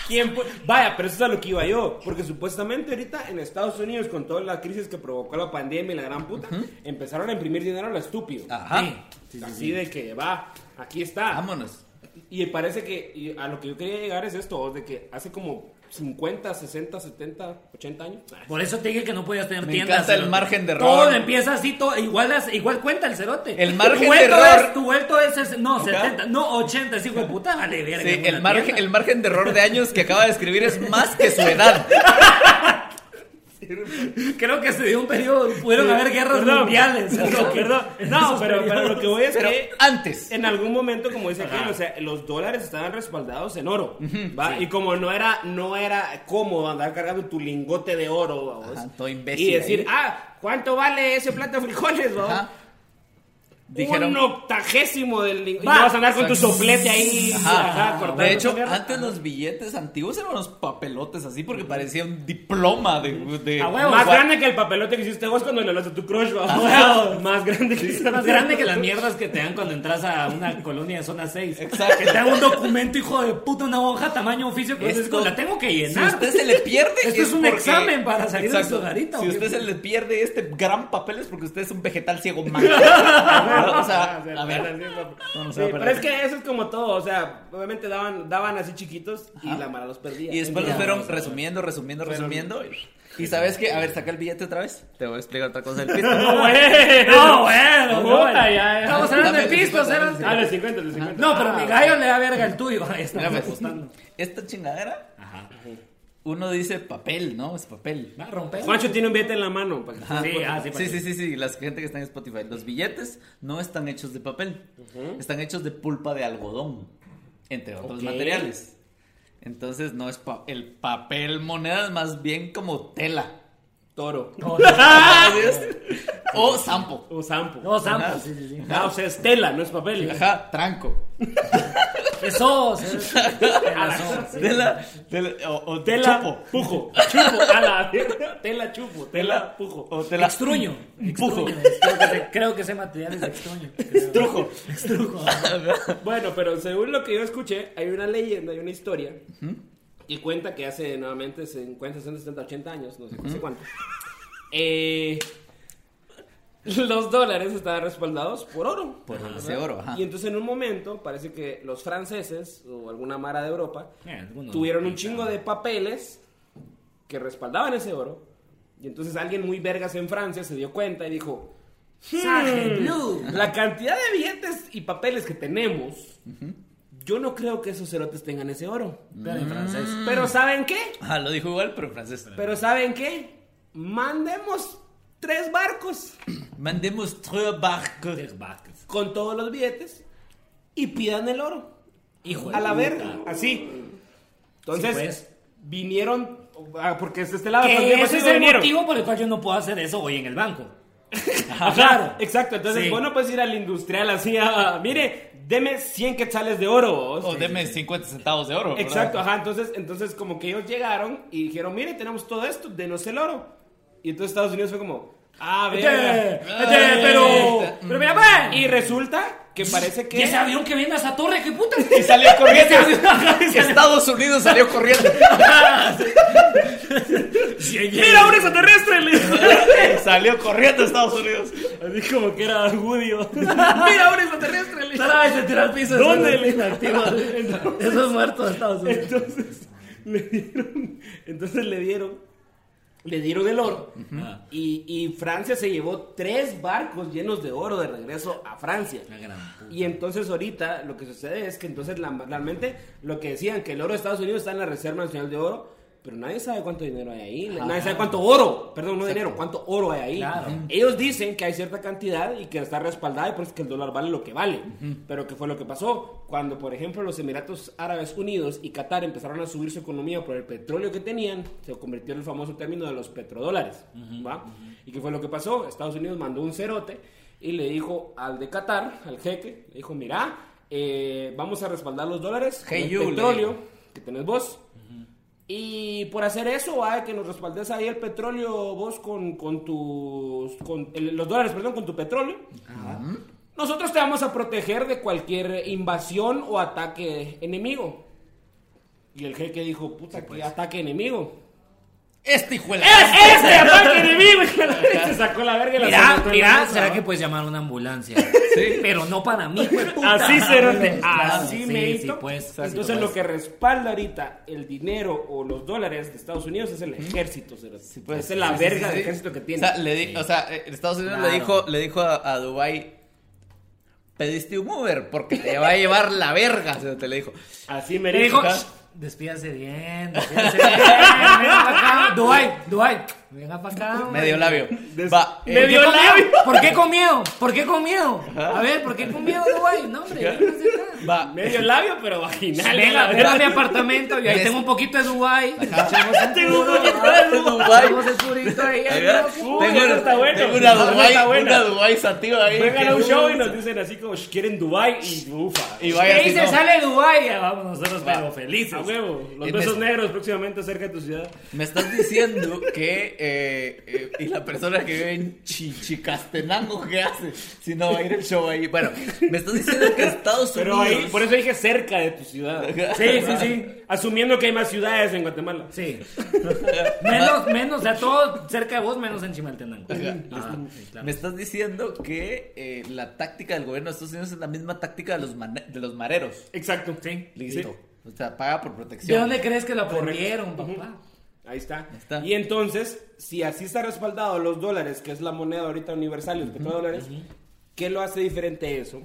Speaker 1: ¿Quién pu- Vaya, pero eso es a lo que iba yo. Porque supuestamente ahorita en Estados Unidos, con toda la crisis que provocó la pandemia y la gran puta, empezaron a imprimir dinero a lo estúpido.
Speaker 3: Ajá.
Speaker 1: Ah. Sí, sí, Así sí. de que va, aquí está.
Speaker 3: vámonos.
Speaker 1: Y parece que y a lo que yo quería llegar es esto, de que hace como 50, 60, 70, 80 años.
Speaker 2: Por eso te dije que no podías tener
Speaker 3: Me
Speaker 2: tiendas.
Speaker 3: encanta el
Speaker 2: cerote.
Speaker 3: margen de
Speaker 2: Todo
Speaker 3: error.
Speaker 2: empieza así, todo, igual, las- igual cuenta el cerote.
Speaker 3: El margen
Speaker 2: Tu
Speaker 3: de
Speaker 2: vuelto
Speaker 3: error.
Speaker 2: es- tu vuelto es, ses- no,
Speaker 3: Ajá.
Speaker 2: 70, no, 80, ese hijo de puta, vale, verga.
Speaker 3: Sí,
Speaker 2: en una
Speaker 3: el margen,
Speaker 2: tienda.
Speaker 3: el margen de error de años que acaba de escribir es más que su edad.
Speaker 2: Creo que se dio un periodo, pudieron haber guerras
Speaker 1: Perdón,
Speaker 2: mundiales.
Speaker 1: perdón, perdón. No, pero, pero lo que voy es
Speaker 3: Pero
Speaker 1: que
Speaker 3: antes.
Speaker 1: en algún momento, como dice Ken, o sea, los dólares estaban respaldados en oro. ¿va? Y como no era, no era cómodo andar cargando tu lingote de oro, vamos,
Speaker 3: Ajá, todo imbécil
Speaker 1: y decir,
Speaker 3: ahí.
Speaker 1: ah, ¿cuánto vale ese plato de frijoles? vamos?
Speaker 3: Ajá.
Speaker 1: un octagésimo del ling- y
Speaker 2: Va.
Speaker 1: no vas a andar con tu soplete ahí.
Speaker 3: Ajá.
Speaker 1: ajá, cortando
Speaker 3: de hecho,
Speaker 1: esa mierda.
Speaker 3: antes los billetes antiguos eran unos papelotes así porque parecía un diploma de... de-
Speaker 2: A huevo.
Speaker 3: Gua-
Speaker 1: Más grande que el papelote que hiciste vos cuando le hablaste a tu crush, ¿va? Más grande que
Speaker 2: Está más grande que las mierdas que te dan cuando entras a una colonia de zona 6.
Speaker 3: Exacto.
Speaker 2: Que te dan un documento, hijo de puta, una hoja tamaño oficio. Que dices,
Speaker 3: Esto-
Speaker 2: la tengo que
Speaker 3: Si
Speaker 2: llenar.
Speaker 3: usted se le pierde...
Speaker 2: Esto es un
Speaker 3: porque-
Speaker 2: examen para salir de
Speaker 3: Exacto.
Speaker 2: su garita.
Speaker 3: Si
Speaker 2: ¿o
Speaker 3: usted
Speaker 2: qué?
Speaker 3: se le pierde este gran papel es porque usted es un vegetal ciego mal. o sea, a ver. No, no se
Speaker 1: Sí,
Speaker 3: va a
Speaker 1: pero
Speaker 3: perder.
Speaker 1: es que eso es como todo, o sea, obviamente daban, daban así chiquitos y
Speaker 3: Ajá.
Speaker 1: la mala los perdía.
Speaker 3: Y después
Speaker 1: Entonces,
Speaker 3: los fueron
Speaker 1: vamos a ver.
Speaker 3: resumiendo, resumiendo,
Speaker 1: Fueron-
Speaker 3: resumiendo. Y sabes que, a ver, saca el billete otra vez. Te voy a explicar otra cosa del pisto.
Speaker 1: No, bueno,
Speaker 2: No, bueno,
Speaker 1: puta,
Speaker 2: bueno.
Speaker 1: ya, ya.
Speaker 2: Estamos hablando de
Speaker 3: Dame
Speaker 2: pistos,
Speaker 3: 50,
Speaker 2: eran-
Speaker 1: Ah, los 50, los 50.
Speaker 2: No, pero
Speaker 1: Ah,
Speaker 2: mi gallo le da verga el tuyo. Ahí
Speaker 3: Mira,
Speaker 2: Estamos
Speaker 3: pues,
Speaker 2: apostando.
Speaker 3: esta chingadera,
Speaker 2: Ajá.
Speaker 3: uno dice papel, ¿no? Es papel.
Speaker 2: Va a romper.
Speaker 1: Juancho tiene un billete en la mano. para que-
Speaker 2: Sí, ah, sí,
Speaker 3: Sí, sí, sí, sí, la gente que está en Spotify. Los billetes no están hechos de papel, están hechos de pulpa de algodón, entre otros
Speaker 1: Ok.
Speaker 3: materiales. Entonces no es pa- el papel moneda, es más bien como tela.
Speaker 1: Toro.
Speaker 2: Oh,
Speaker 3: Así es. o Sampo.
Speaker 1: O Sampo.
Speaker 2: No, Sampo, sí, sí, sí.
Speaker 1: Ah, o sea, Estela, no es papel.
Speaker 3: Ajá, tranco.
Speaker 2: Eso, sí. Eso, sí.
Speaker 3: De la, de la- o, o te
Speaker 1: Tela,
Speaker 3: chupo.
Speaker 1: pujo. Chupo, a la Tela, chupo. Tela, pujo.
Speaker 3: O te la
Speaker 2: Extruño.
Speaker 3: Empujo.
Speaker 2: Extruño. Creo que se- Creo que ese material es extraño.
Speaker 3: Trujo.
Speaker 2: Extrujo.
Speaker 1: Bueno, pero según lo que yo escuché, hay una leyenda, hay una historia que cuenta que hace nuevamente 50, 60, 70, 80 años, no sé, no sé cuánto. eh, los dólares estaban respaldados por oro.
Speaker 3: Por
Speaker 1: Ajá.
Speaker 3: ese oro, ajá.
Speaker 1: Y entonces en un momento parece que los franceses o alguna mara de Europa
Speaker 2: Eh, algunos
Speaker 1: tuvieron un
Speaker 2: piensan.
Speaker 1: chingo de papeles que respaldaban ese oro. Y entonces alguien muy vergas en Francia se dio cuenta y dijo,
Speaker 2: Sage Blue.
Speaker 1: la cantidad de billetes y papeles que tenemos, yo no creo que esos cerotes tengan ese oro. Mm.
Speaker 2: Pero en francés.
Speaker 1: Pero ¿saben qué?
Speaker 3: Ajá, lo dijo igual, pero en francés.
Speaker 1: Pero ¿saben qué? Mandemos tres barcos
Speaker 3: Mandemos trois barques.
Speaker 2: Tres Vázquez.
Speaker 1: con todos los billetes y pidan el oro.
Speaker 2: Hijo de
Speaker 1: A la
Speaker 2: puta.
Speaker 1: verga, así. Entonces,
Speaker 2: Sí, pues.
Speaker 1: vinieron, ah, porque es de este lado.
Speaker 2: Que
Speaker 1: también
Speaker 2: ese es
Speaker 1: así
Speaker 2: el
Speaker 1: vinieron.
Speaker 2: motivo por el cual yo no puedo hacer eso hoy en el banco.
Speaker 1: Ajá,
Speaker 2: claro.
Speaker 1: Exacto, entonces
Speaker 2: Sí.
Speaker 1: vos no puedes ir al industrial así, ah, mire, deme 100 quetzales de oro. vos.
Speaker 3: O deme 50 centavos de oro. ¿verdad?
Speaker 1: Exacto, ajá, entonces, entonces como que ellos llegaron y dijeron, mire, tenemos todo esto, denos el oro. Y entonces Estados Unidos fue como, ah,
Speaker 2: Oye,
Speaker 1: verga.
Speaker 2: oye, pero. Pero mira, man.
Speaker 1: Y resulta que parece
Speaker 2: ¿Y
Speaker 1: que...
Speaker 2: ese avión que viene a esa torre? ¿Qué puta?
Speaker 3: Y salió corriendo.
Speaker 2: Ese avión- ajá, ese avión.
Speaker 3: Estados Unidos salió corriendo.
Speaker 1: ¡Mira, un extraterrestre! le dijo.
Speaker 3: salió corriendo a Estados Unidos.
Speaker 1: Así como que era judío. ¡Mira, un extraterrestre! le dijo.
Speaker 2: Ay, se tiró al piso.
Speaker 1: ¿Dónde?
Speaker 2: Eso es inactivo. Eso es muerto de Estados Unidos.
Speaker 1: Entonces le dieron, entonces le dieron, le dieron el oro.
Speaker 2: Ah,
Speaker 1: Y, y Francia se llevó tres barcos llenos de oro de regreso a Francia.
Speaker 2: la gran puta.
Speaker 1: Y entonces ahorita lo que sucede es que entonces la- realmente lo que decían que el oro de Estados Unidos está en la Reserva Nacional de Oro, pero nadie sabe cuánto dinero hay ahí, nadie sabe cuánto oro, perdón, no dinero, cuánto oro hay ahí.
Speaker 2: Claro.
Speaker 1: Ellos dicen que hay cierta cantidad y que está respaldada y por eso es que el dólar vale lo que vale. Pero ¿qué fue lo que pasó? Cuando, por ejemplo, los Emiratos Árabes Unidos y Qatar empezaron a subir su economía por el petróleo que tenían, se convirtió en el famoso término de los petrodólares. ¿va? ¿Y qué fue lo que pasó? Estados Unidos mandó un cerote y le dijo al de Qatar, al jeque, le dijo, mira, eh, vamos a respaldar los dólares, con
Speaker 3: Hey,
Speaker 1: el
Speaker 3: you, le
Speaker 1: petróleo
Speaker 3: dijo.
Speaker 1: que tenés vos. Y por hacer eso, va, que nos respaldes ahí el petróleo vos con, con tus. con el- los dólares, perdón, con tu petróleo. Nosotros te vamos a proteger de cualquier invasión o ataque enemigo. Y el jeque dijo, puta,
Speaker 3: pues.
Speaker 1: ¿qué ataque enemigo?
Speaker 3: Este hijo de la
Speaker 1: ¡Es
Speaker 3: gran-
Speaker 1: este ataque enemigo! Y la verga se sacó la verga y la
Speaker 2: Mira,
Speaker 1: soltó en la
Speaker 2: mira,
Speaker 1: mesa,
Speaker 2: ¿será
Speaker 1: ¿va?
Speaker 2: que puedes llamar a una ambulancia? Pero no para mí, güey, puta.
Speaker 1: Así cerote,
Speaker 2: Claro,
Speaker 1: así
Speaker 2: sí,
Speaker 1: me
Speaker 2: sí, pues, sí,
Speaker 1: Entonces
Speaker 2: pues.
Speaker 1: lo que respalda ahorita el dinero o los dólares de Estados Unidos es el ejército, cerote.
Speaker 3: pues.
Speaker 1: Esa es la
Speaker 3: Sí, sí,
Speaker 1: verga de
Speaker 3: sí, sí.
Speaker 1: ejército que
Speaker 3: O
Speaker 1: tiene.
Speaker 3: sea, le di- o sea, eh, Estados Unidos
Speaker 2: Claro.
Speaker 3: le dijo, le dijo a, a Dubai pediste un Uber porque te va a llevar la verga, se te le dijo.
Speaker 1: Así me
Speaker 2: Le dijo,
Speaker 1: dijo.
Speaker 2: "Shh, despídase bien, despídase bien. Venga para acá. Dubai, Dubai, venga para acá. hombre".
Speaker 3: Medio labio.
Speaker 1: Des-
Speaker 3: Va,
Speaker 2: ¿Por
Speaker 3: eh,
Speaker 2: qué
Speaker 1: Medio
Speaker 2: con
Speaker 1: labio.
Speaker 2: miedo? ¿Por qué con miedo? ¿Por qué con miedo? A ver, ¿por qué con miedo, Dubai? No, hombre, véngase acá.
Speaker 3: va.
Speaker 1: Medio labio, pero vaginal.
Speaker 2: Venga,
Speaker 1: la
Speaker 2: venga a
Speaker 1: verga.
Speaker 2: mi apartamento y ahí
Speaker 3: Des-
Speaker 2: tengo un poquito de Dubai.
Speaker 3: Tengo un poquito de Dubai.
Speaker 2: Echamos el turito ahí, ahí,
Speaker 3: Ajá.
Speaker 2: no,
Speaker 1: Uy,
Speaker 3: Tengo,
Speaker 1: eso está bueno.
Speaker 3: tengo una
Speaker 1: Eso está
Speaker 3: Dubai,
Speaker 1: bueno.
Speaker 3: una Dubai sativa ahí.
Speaker 1: Vengan
Speaker 3: que
Speaker 1: a un
Speaker 3: no-
Speaker 1: show y nos dicen así como, "Shh, quieren Dubai y ufa.
Speaker 3: Y
Speaker 2: Y
Speaker 3: vaya
Speaker 2: ahí
Speaker 3: si
Speaker 2: se
Speaker 3: no.
Speaker 2: sale Dubai, ya vamos nosotros
Speaker 3: Va.
Speaker 2: pero felices.
Speaker 1: A huevo, los
Speaker 3: Y
Speaker 1: besos
Speaker 3: me-
Speaker 1: negros próximamente cerca de tu ciudad.
Speaker 3: Me estás diciendo que eh, eh, y la persona que vive en Chichicastenango qué hace si no va a ir el show ahí. Bueno, me estás diciendo que Estados
Speaker 1: Pero
Speaker 3: Unidos.
Speaker 1: ahí, por eso dije cerca de tu ciudad.
Speaker 3: Ajá.
Speaker 1: Sí, sí, sí. Asumiendo que hay más ciudades en Guatemala.
Speaker 2: Sí. Menos, menos, o sea, todo cerca de vos, menos en Chimaltenango. Ah, sí, claro.
Speaker 3: Me estás diciendo que eh, la táctica del gobierno de Estados Unidos es la misma táctica de los, mane- de los mareros.
Speaker 1: Exacto.
Speaker 2: Sí.
Speaker 3: Listo. O sea, paga por protección.
Speaker 2: ¿De dónde crees que lo aprendieron, papá?
Speaker 1: Ahí está.
Speaker 3: está.
Speaker 1: Y entonces, si así está respaldado los dólares, que es la moneda ahorita universal, los petrodólares, ¿qué lo hace diferente eso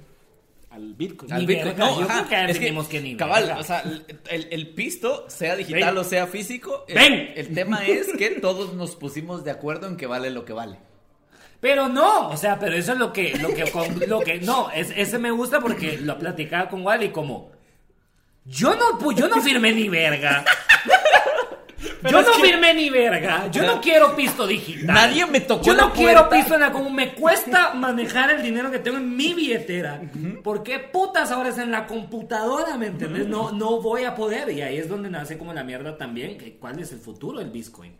Speaker 1: al Bitcoin?
Speaker 2: Al-
Speaker 3: Ni
Speaker 2: Bitcoin.
Speaker 3: verga.
Speaker 2: No, yo creo que ya
Speaker 3: es
Speaker 2: definimos que ni
Speaker 3: Cabal,
Speaker 2: verga.
Speaker 3: o sea, el, el- el pisto, sea digital
Speaker 1: Ven.
Speaker 3: o sea físico, el,
Speaker 1: Ven.
Speaker 3: el tema es que todos nos pusimos de acuerdo en que vale lo que vale.
Speaker 2: Pero no, o sea, pero eso es lo que, lo que, con- lo que, no, es- ese me gusta porque lo platicaba con Wally como, yo no, pu- yo no firmé ni verga. Yo
Speaker 3: es
Speaker 2: no
Speaker 3: que-
Speaker 2: firmé ni verga. Yo no quiero pisto digital.
Speaker 3: Nadie me tocó
Speaker 2: Yo
Speaker 3: la
Speaker 2: no quiero
Speaker 3: puerta.
Speaker 2: pisto en la común. Me cuesta manejar el dinero que tengo en mi billetera. ¿Por qué putas ahora es en la computadora? ¿Me entendés? No, no voy a poder. Y ahí es donde nace como la mierda también. que ¿Cuál es el futuro del Bitcoin?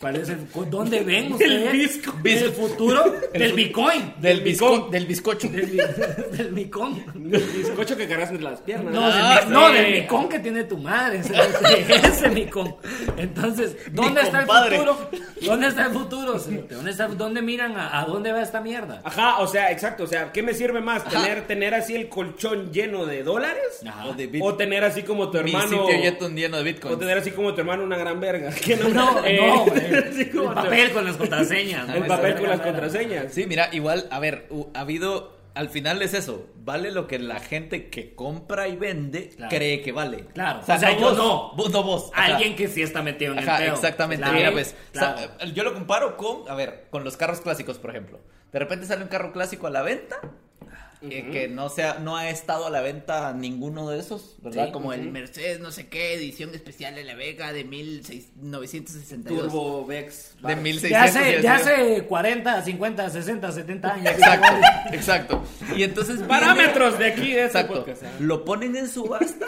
Speaker 2: ¿Cuál es el, cu- ¿Dónde ven ustedes
Speaker 3: Bitcoin.
Speaker 2: el futuro del Bitcoin?
Speaker 3: Del, bizco- del bizcocho.
Speaker 2: Del, bi- del Bitcoin.
Speaker 1: El bizcocho que cargas entre las piernas.
Speaker 2: No,
Speaker 3: Ah,
Speaker 2: del, mi- no,
Speaker 3: sí.
Speaker 2: del micón que tiene tu madre. Ese, ese- ese micón. Entonces, ¿dónde está el
Speaker 3: compadre.
Speaker 2: futuro? ¿Dónde está el futuro? cerote? ¿Dónde, está- dónde miran a, a dónde va esta mierda?
Speaker 1: Ajá, o sea, exacto. O sea, ¿qué me sirve más? ¿Tener, tener así el colchón lleno de dólares?
Speaker 2: Ajá.
Speaker 3: O de bit-
Speaker 1: O tener así como tu
Speaker 3: Mi
Speaker 1: hermano.
Speaker 3: sitio yeto lleno de bitcoin.
Speaker 1: O tener así como tu hermano una gran verga. Que no,
Speaker 2: No,
Speaker 1: eh,
Speaker 2: no,
Speaker 1: tener
Speaker 2: el,
Speaker 1: así como tu-
Speaker 2: el papel con las contraseñas. ¿no?
Speaker 1: El
Speaker 2: Esa
Speaker 1: papel con
Speaker 2: verga,
Speaker 1: las contraseñas.
Speaker 3: Sí, mira, igual, a ver, hu- ha habido, al final es eso, vale lo que la gente que compra y vende
Speaker 2: Claro.
Speaker 3: cree que vale.
Speaker 2: Claro, o sea, yo
Speaker 3: vos,
Speaker 2: no.
Speaker 3: Vos no vos. ajá.
Speaker 2: Alguien que sí está metido en el
Speaker 3: Ajá,
Speaker 2: pedo.
Speaker 3: exactamente.
Speaker 2: Claro,
Speaker 3: Mira, pues, o sea,
Speaker 2: claro.
Speaker 3: yo lo comparo con, a ver, con los carros clásicos, por ejemplo. De repente sale un carro clásico a la venta. eh, que no sea no ha estado a la venta ninguno de esos, ¿verdad?
Speaker 2: Sí,
Speaker 3: Como el
Speaker 1: ujú.
Speaker 3: Mercedes, no sé qué, edición especial de la Vega de 1962.
Speaker 1: Turbo Vex.
Speaker 3: De
Speaker 1: Vars.
Speaker 3: 1600.
Speaker 2: de hace,
Speaker 3: y
Speaker 2: de
Speaker 3: así.
Speaker 2: hace 40, 50, 60, 70 años.
Speaker 3: Exacto, exacto. Y entonces viene-
Speaker 1: Parámetros de aquí, de este
Speaker 3: Exacto.
Speaker 1: podcast. ajá.
Speaker 3: Lo ponen en subasta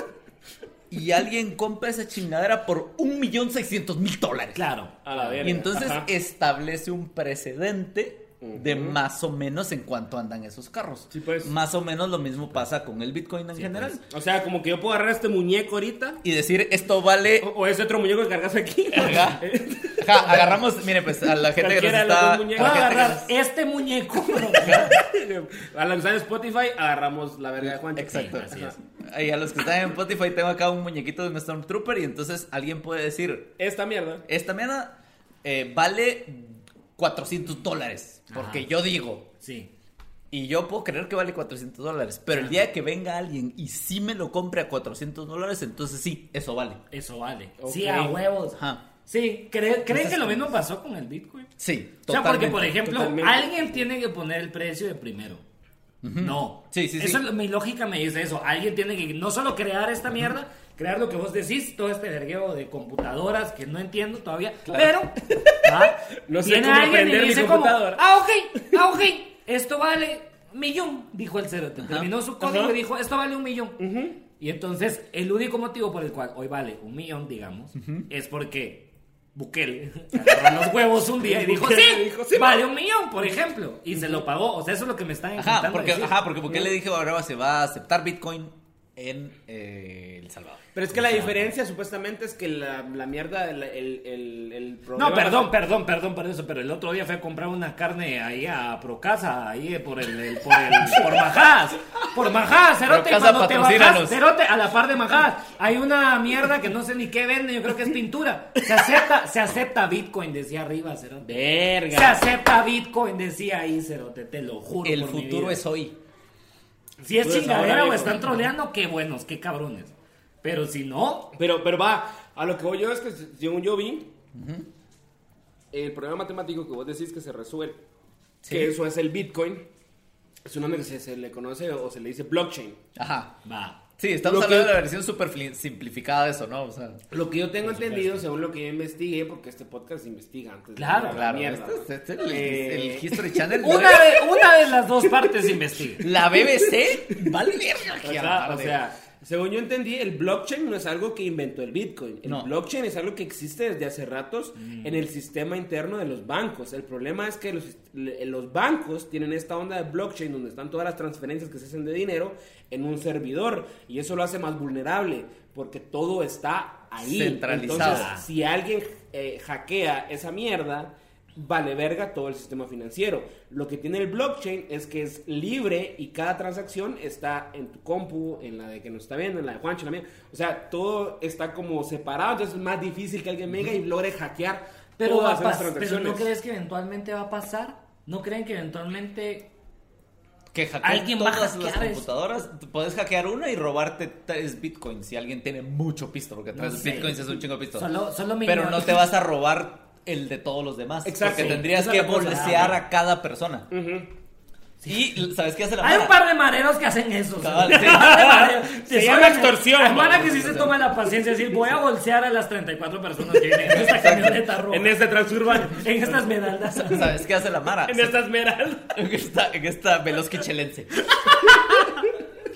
Speaker 3: y alguien compra esa chingadera por un millón seiscientos mil dólares.
Speaker 2: Claro.
Speaker 1: A la verga.
Speaker 3: Y entonces
Speaker 1: Ajá.
Speaker 3: establece un precedente de más o menos en cuánto andan esos carros.
Speaker 1: Sí, pues.
Speaker 3: Más o menos lo mismo pasa con el Bitcoin en general.
Speaker 1: O sea, como que yo puedo agarrar este muñeco ahorita.
Speaker 3: Y decir, esto vale...
Speaker 1: O, o ese otro muñeco que cargas aquí.
Speaker 3: Ajá. Ajá, agarramos, mire, pues a la gente que nos
Speaker 1: Cualquiera de los
Speaker 3: está...
Speaker 1: dos muñecos.
Speaker 2: Voy a
Speaker 3: a la gente que
Speaker 2: agarrar
Speaker 3: nos-
Speaker 2: este muñeco.
Speaker 1: Al lanzar Spotify, agarramos la verga de Juancho.
Speaker 3: Exacto.
Speaker 2: Sí, así es.
Speaker 3: Y a los que están en Spotify tengo acá un muñequito de un Stormtrooper y entonces alguien puede decir,
Speaker 1: Esta mierda.
Speaker 3: esta mierda eh, vale 400 dólares. Porque
Speaker 2: Ajá.
Speaker 3: yo digo,
Speaker 2: Sí.
Speaker 3: y yo puedo creer que vale 400 dólares, pero el día que venga alguien y sí me lo compre a 400 dólares, entonces sí, eso vale.
Speaker 2: Eso vale.
Speaker 1: Ok.
Speaker 2: Sí, a huevos.
Speaker 3: Ajá.
Speaker 2: Sí, ¿cre- ¿creen que lo mismo pasó con el Bitcoin?
Speaker 3: Sí,
Speaker 2: o sea, porque, por ejemplo,
Speaker 1: totalmente.
Speaker 2: alguien tiene que poner el precio de primero. No.
Speaker 3: Sí, sí, sí.
Speaker 2: Eso es lo- mi lógica me dice eso. Alguien tiene que no solo crear esta mierda, crear lo que vos decís, todo este vergueo de computadoras que no entiendo todavía, pero ¿va?
Speaker 1: No sé
Speaker 2: Viene
Speaker 1: cómo
Speaker 2: alguien y
Speaker 1: aprender mi
Speaker 2: dice como,
Speaker 1: computadora.
Speaker 2: ah, ok, ah, ok, esto vale millón, dijo el cerote. Terminó su código
Speaker 1: Ajá.
Speaker 2: y dijo, esto vale un millón. Y entonces, el único motivo por el cual hoy vale un millón, digamos, es porque Bukele agarró los huevos un día y dijo,
Speaker 1: Bukele
Speaker 2: sí,
Speaker 1: dijo, sí,
Speaker 2: vale un millón, por ejemplo. Y se lo pagó. O sea, eso es lo que me están
Speaker 3: Ajá,
Speaker 2: intentando
Speaker 3: porque,
Speaker 2: decir.
Speaker 3: ajá, porque Bukele dijo ahora se va a aceptar Bitcoin en eh, El Salvador.
Speaker 1: Pero es que la diferencia supuestamente es que la, la mierda, el, el, el, el problema.
Speaker 2: No, perdón, perdón, perdón por eso, pero el otro día fui a comprar una carne ahí a Procasa, ahí por el, el- por el, por Majás, por Majás, Cerote,
Speaker 3: Procasa,
Speaker 2: cuando te bajas,
Speaker 3: patrocínanos.
Speaker 2: Cerote, a la par de Majás, hay una mierda que no sé ni qué vende, yo creo que es pintura, se acepta, se acepta Bitcoin, decía arriba, Cerote, se
Speaker 1: Verga.
Speaker 2: acepta Bitcoin, decía ahí, Cerote, te lo juro
Speaker 3: El
Speaker 2: por mi
Speaker 3: futuro
Speaker 2: vida.
Speaker 3: es hoy.
Speaker 2: Si es
Speaker 1: Pues
Speaker 2: chingadera
Speaker 1: ahora,
Speaker 2: o
Speaker 1: hijo.
Speaker 2: están troleando, qué buenos, qué cabrones, pero si no,
Speaker 1: Pero, pero va, a lo que voy yo es que según yo vi, el problema matemático que vos decís que se resuelve, que eso es el Bitcoin, es un nombre que se, se le conoce o se le dice blockchain.
Speaker 3: Ajá.
Speaker 2: va.
Speaker 3: Sí, estamos
Speaker 1: Lo
Speaker 3: hablando
Speaker 1: que-
Speaker 3: de la versión súper fli- simplificada de eso, ¿no? O sea,
Speaker 1: Lo que yo tengo entendido, según lo que yo investigué, porque este podcast investiga antes. de
Speaker 2: Claro,
Speaker 1: la
Speaker 3: claro.
Speaker 1: mierda.
Speaker 3: este- este- el,
Speaker 1: Eh,
Speaker 3: el History Channel. ¿no?
Speaker 2: Una de, una de las dos partes investiga.
Speaker 3: La BBC vale verga
Speaker 1: O
Speaker 3: aquí a la
Speaker 1: sea, o
Speaker 3: tarde.
Speaker 1: sea, según yo entendí, el blockchain no es algo que inventó el Bitcoin. El
Speaker 3: No. Mm.
Speaker 1: blockchain es algo que existe desde hace ratos en el sistema interno de los bancos. El problema es que los, le- los bancos tienen esta onda de blockchain donde están todas las transferencias que se hacen de dinero en un servidor y eso lo hace más vulnerable porque todo está ahí.
Speaker 3: Centralizado.
Speaker 1: Entonces, si alguien eh, hackea esa mierda, vale verga todo el sistema financiero. Lo que tiene el blockchain es que es libre y cada transacción está en tu compu, en la de que nos está viendo, en la de Juancho, en la mía. O sea, todo está como separado, entonces es más difícil que alguien venga y logre hackear
Speaker 2: Pero, va
Speaker 1: todas
Speaker 2: a
Speaker 1: esas
Speaker 2: pas- pero
Speaker 1: transacciones.
Speaker 2: no crees que eventualmente va a pasar? ¿No creen que eventualmente
Speaker 3: que hackean
Speaker 2: Alguien va a
Speaker 3: todas las
Speaker 2: hackear eso.
Speaker 3: computadoras. Puedes hackear una y robarte tres bitcoins si alguien tiene mucho pisto, porque tres
Speaker 2: No sé.
Speaker 3: bitcoins es un chingo de pisto.
Speaker 2: Solo- solo mi-
Speaker 3: Pero no te vas a robar el de todos los demás.
Speaker 1: Exacto.
Speaker 3: Porque tendrías
Speaker 2: Esa es
Speaker 3: que
Speaker 2: la cosa.
Speaker 3: bolsear a cada persona.
Speaker 1: Ujú.
Speaker 3: Y ¿sabes qué hace la
Speaker 2: Hay un
Speaker 3: mara?
Speaker 2: par de mareros que hacen eso.
Speaker 3: Cabal,
Speaker 2: ¿sabes?
Speaker 3: sí.
Speaker 2: Hay un par de mareros.
Speaker 5: Se
Speaker 2: Sí,
Speaker 5: llama
Speaker 2: oigan,
Speaker 5: extorsión,
Speaker 2: Hay mara
Speaker 5: vamos.
Speaker 2: que sí se toma la paciencia de decir, voy a bolsear a las 34 personas que vienen en esta camioneta roja.
Speaker 5: En este transurbano.
Speaker 2: en estas medaldas.
Speaker 3: ¿Sabes qué hace la Mara?
Speaker 5: En esta esmeralda.
Speaker 3: En esta, en esta velozquichelense.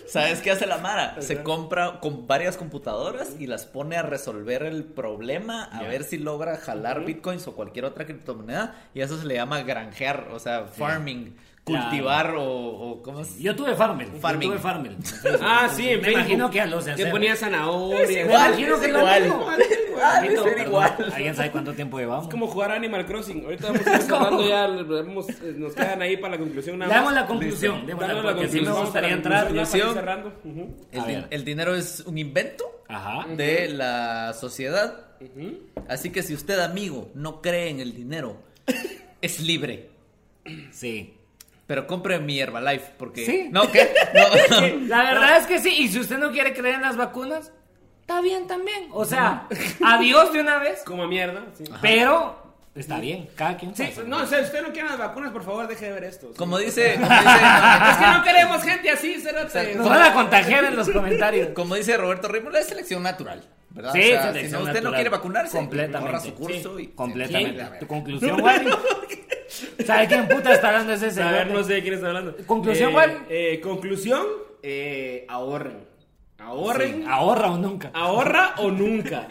Speaker 3: ¿Sabes qué hace la Mara? Se compra con varias computadoras y las pone a resolver el problema, a ver si logra jalar bitcoins o cualquier otra criptomoneda. Y eso se le llama granjear, o sea, farming, cultivar o, o ¿cómo es?
Speaker 2: Yo tuve Farmel.
Speaker 3: Farming.
Speaker 2: Yo tuve Farmel.
Speaker 1: Ah, sí, en
Speaker 2: Me imagino
Speaker 1: Facebook.
Speaker 2: que a los de
Speaker 1: Te
Speaker 2: acero.
Speaker 1: ponía zanahoria.
Speaker 2: Me imagino
Speaker 3: es
Speaker 2: que lo
Speaker 3: igual.
Speaker 2: mismo.
Speaker 3: Ah,
Speaker 2: Poquito,
Speaker 3: ser
Speaker 2: perdón.
Speaker 3: igual.
Speaker 2: ¿Alguien sabe cuánto tiempo llevamos?
Speaker 1: Es como jugar Animal Crossing. Ahorita vamos a ir cerrando ya. vamos, eh, nos quedan ahí para la conclusión.
Speaker 2: Le
Speaker 1: Nada
Speaker 2: damos
Speaker 1: más.
Speaker 2: la conclusión. démosla,
Speaker 1: Damos la
Speaker 2: porque si
Speaker 1: conclusión.
Speaker 2: me
Speaker 1: Vamos a
Speaker 2: gustaría
Speaker 1: la
Speaker 2: entrar.
Speaker 1: conclusión ya
Speaker 3: Lucio.
Speaker 1: para ir cerrando. Ujú.
Speaker 3: El,
Speaker 2: A
Speaker 3: din-
Speaker 2: ver.
Speaker 3: el dinero es un invento
Speaker 2: Ajá.
Speaker 3: de la sociedad. Así que si usted, amigo, no cree en el dinero, es libre.
Speaker 2: Sí.
Speaker 3: Pero compre mi Herbalife, porque...
Speaker 2: Sí.
Speaker 3: No, ¿qué? No, no.
Speaker 2: La verdad es que sí, y si usted no quiere creer en las vacunas, está bien también. O sea, adiós de una vez,
Speaker 1: Como mierda. sí.
Speaker 2: pero está bien, cada quien.
Speaker 1: Sí,
Speaker 2: sabe.
Speaker 1: no, o sea, usted no quiere las vacunas, por favor, deje de ver esto. sí.
Speaker 3: Como dice, como dice,
Speaker 1: Es que no queremos gente así, cérate.
Speaker 2: Nos van a contagiar en los comentarios.
Speaker 3: como dice Roberto Rímula, es selección natural, ¿verdad?
Speaker 2: Sí,
Speaker 3: O sea,
Speaker 2: selección
Speaker 3: si no, usted no
Speaker 2: natural.
Speaker 3: quiere vacunarse, pues,
Speaker 2: completamente.
Speaker 3: borra su curso
Speaker 2: Sí,
Speaker 3: y...
Speaker 2: completamente.
Speaker 3: Sí,
Speaker 2: ¿Tu conclusión, Wally? ¿Sabe quién puta está hablando ese
Speaker 1: A
Speaker 2: señor?
Speaker 1: ver, no sé de quién está hablando.
Speaker 2: Conclusión,
Speaker 1: Eh,
Speaker 2: Juan.
Speaker 1: eh, conclusión, eh, ahorren. Ahorren.
Speaker 2: Sí, Ahorra o nunca.
Speaker 1: Ahorra o nunca.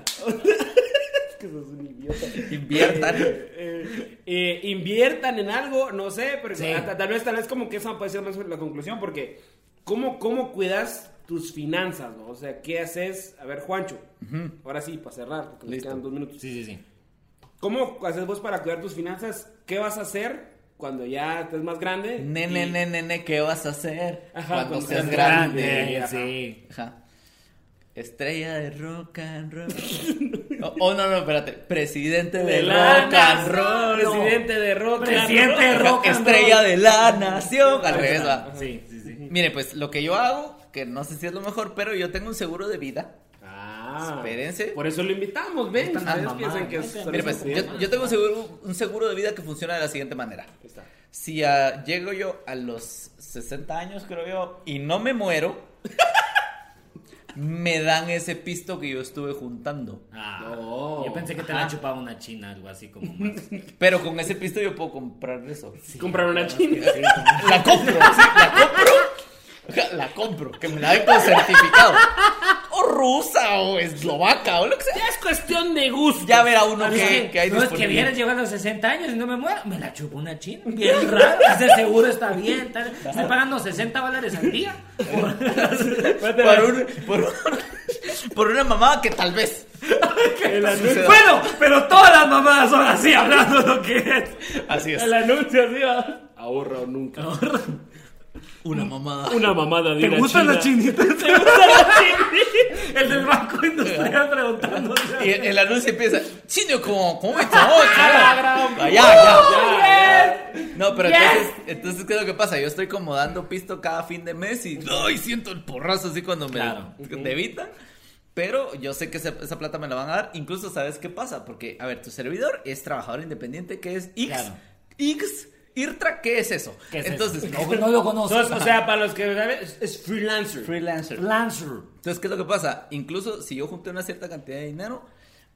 Speaker 3: Inviertan.
Speaker 1: Eh, eh, inviertan en algo, no sé, pero
Speaker 2: Sí.
Speaker 1: ta- tal vez, tal vez como que esa puede ser más la conclusión, porque ¿cómo, cómo cuidas tus finanzas? no? O sea, ¿qué haces? A ver, Juancho, ahora sí, para cerrar, porque nos
Speaker 3: Listo.
Speaker 1: quedan dos minutos.
Speaker 2: Sí, sí, sí.
Speaker 1: ¿Cómo haces vos para cuidar tus finanzas? ¿Qué vas a hacer cuando ya estés más grande?
Speaker 3: Nene, nene, nene, ¿qué vas a hacer
Speaker 1: Ajá,
Speaker 3: cuando
Speaker 1: cuando
Speaker 3: seas
Speaker 1: seas
Speaker 3: grande?
Speaker 1: grande, ajá.
Speaker 2: sí.
Speaker 3: Ajá. Estrella de rock and roll. Oh, oh, no, no, espérate. Presidente de,
Speaker 1: De la
Speaker 3: rock and
Speaker 1: nación,
Speaker 3: roll.
Speaker 1: Presidente de rock and
Speaker 2: Presidente
Speaker 1: roll.
Speaker 2: de rock and roll.
Speaker 3: Estrella de la nación. Al revés, va.
Speaker 2: Sí, sí, sí.
Speaker 3: Mire, pues lo que yo hago, que no sé si es lo mejor, pero yo tengo un seguro de vida.
Speaker 1: Ah,
Speaker 3: Espérense.
Speaker 1: Por eso lo invitamos, ven.
Speaker 2: Están las
Speaker 1: Ustedes
Speaker 2: mamás.
Speaker 1: piensan que es.
Speaker 3: Mire, pues yo, yo tengo un seguro, un seguro de vida que funciona de la siguiente manera.
Speaker 1: Está.
Speaker 3: Si ah, llego yo a los 60 años, creo yo, y no me muero, me dan ese pisto que yo estuve juntando.
Speaker 2: Ah,
Speaker 1: No.
Speaker 2: Yo pensé que te la chupaba una china, algo así como más.
Speaker 3: Pero con ese pisto yo puedo comprar eso.
Speaker 1: Compraron una china.
Speaker 2: Sí, como-
Speaker 3: La compro, sí, la compro. Ja, La compro, que me la den con certificado. O rusa, o eslovaca, o lo que sea.
Speaker 1: Ya es cuestión de gusto.
Speaker 3: Ya verá uno
Speaker 2: Ah, es
Speaker 3: que,
Speaker 2: que-
Speaker 3: que hay
Speaker 2: no es que
Speaker 3: disponible.
Speaker 2: vienes llegando a los 60 años y no me muero. Me la chupo una china. Bien raro. Ese seguro está bien. tal. Estoy pagando 60 dólares al día.
Speaker 3: por, un- por, un- por una mamá que tal vez.
Speaker 1: El anuncio,
Speaker 2: bueno, pero todas las mamadas son así hablando lo que es.
Speaker 3: Así es.
Speaker 1: el anuncio así
Speaker 2: ah.
Speaker 1: va. Ahorra o nunca.
Speaker 3: Una
Speaker 2: Mm.
Speaker 3: mamada.
Speaker 1: Una mamada de
Speaker 2: ¿Te
Speaker 1: una
Speaker 2: gustan
Speaker 1: china.
Speaker 2: las chinitas? ¿Te gustan las chinitas? El del Banco Industrial preguntándose.
Speaker 3: Y el, el anuncio empieza. Chino, como, ¿cómo está? Oh, chino". Allá, allá.
Speaker 2: ¡Oh, Ah, yes!
Speaker 3: No, pero
Speaker 2: Yes.
Speaker 3: entonces, entonces, ¿qué es lo que pasa? Yo estoy como dando pisto cada fin de mes y ¡ay! siento el porrazo así cuando me
Speaker 2: Claro.
Speaker 3: te evitan. Pero yo sé que esa, esa plata me la van a dar. Incluso, ¿sabes qué pasa? Porque, a ver, tu servidor es trabajador independiente, que es X.
Speaker 2: Claro.
Speaker 3: X, IRTRA, ¿qué es eso?
Speaker 2: ¿Qué es eso?
Speaker 3: entonces,
Speaker 2: no, no lo conozco.
Speaker 1: Entonces, o sea, para los que saben, es, es freelancer.
Speaker 3: freelancer.
Speaker 2: Lancer.
Speaker 3: Entonces, ¿qué es lo que pasa? Incluso si yo junté una cierta cantidad de dinero,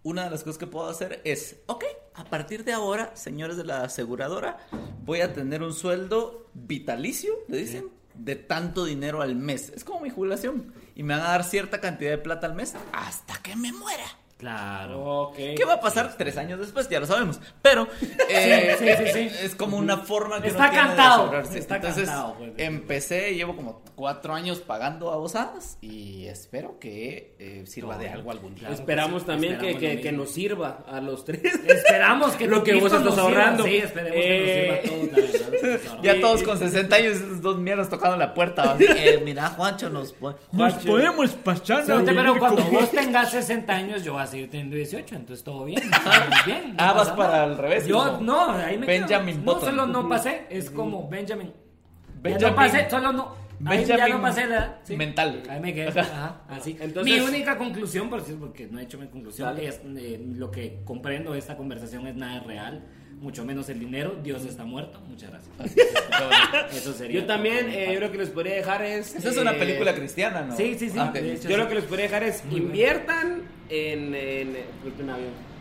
Speaker 3: una de las cosas que puedo hacer es, ok, a partir de ahora, señores de la aseguradora, voy a tener un sueldo vitalicio, le dicen, de tanto dinero al mes. Es como mi jubilación. Y me van a dar cierta cantidad de plata al mes hasta que me muera.
Speaker 2: Claro.
Speaker 1: Ok.
Speaker 3: ¿Qué va a pasar tres años después? Ya lo sabemos. Pero eh,
Speaker 2: Sí, sí, sí, sí.
Speaker 3: es como una forma que
Speaker 2: Está
Speaker 3: uno tiene de
Speaker 2: cantado,
Speaker 3: asegurarse.
Speaker 2: está
Speaker 3: Entonces
Speaker 2: cantado, pues.
Speaker 3: empecé, llevo como cuatro años pagando abusadas y espero que eh, sirva de algo algún día.
Speaker 2: Claro.
Speaker 1: pues, Esperamos también que- que,
Speaker 2: Esperamos lo
Speaker 1: que,
Speaker 2: mismo.
Speaker 1: nos sirva a los tres.
Speaker 2: Esperamos que
Speaker 1: Lo
Speaker 2: tu
Speaker 1: que vos
Speaker 2: pisto
Speaker 1: estás
Speaker 2: nos sirva.
Speaker 1: ahorrando.
Speaker 2: Sí, esperemos que
Speaker 1: Eh,
Speaker 2: nos sirva todo. la verdad, nos ahorra.
Speaker 3: Pues, Ya todos con 60 años, esos dos mierdas tocando la puerta. así, eh, mira, Juancho, nos, po- nos
Speaker 1: Juancho.
Speaker 3: podemos pasar.
Speaker 2: Sí,
Speaker 3: a
Speaker 2: pero
Speaker 3: vivir
Speaker 2: cuando
Speaker 3: con-
Speaker 2: vos tengas 60 años, yo voy a seguir teniendo 18, entonces todo bien. estamos bien no
Speaker 3: Ah, vas
Speaker 2: pasa
Speaker 3: para
Speaker 2: nada.
Speaker 3: al revés,
Speaker 2: Yo,
Speaker 3: como
Speaker 2: no, ahí me quedo.
Speaker 3: Benjamin
Speaker 2: No,
Speaker 3: Button.
Speaker 2: solo no pasé, es como Benjamin. Ya
Speaker 3: Benjamin-
Speaker 2: no pasé, solo no. Ahí ya
Speaker 3: Benjamin
Speaker 2: no pasé la edad. sí.
Speaker 3: mental.
Speaker 2: Ahí me quedé. Ajá, así.
Speaker 1: Entonces-
Speaker 2: mi única conclusión, por decir, porque no he hecho mi conclusión, es eh, lo que comprendo de esta conversación es nada real. mucho menos el dinero. Dios está muerto. Muchas gracias. Eso sería.
Speaker 1: Yo también,
Speaker 2: todo.
Speaker 1: eh, yo lo que les podría dejar es.
Speaker 3: Esa es una
Speaker 1: eh,
Speaker 3: película cristiana, ¿no?
Speaker 2: Sí, sí, sí.
Speaker 3: Ah, ok.
Speaker 2: De hecho,
Speaker 1: Yo lo que les podría dejar es inviertan en. en, en un avión.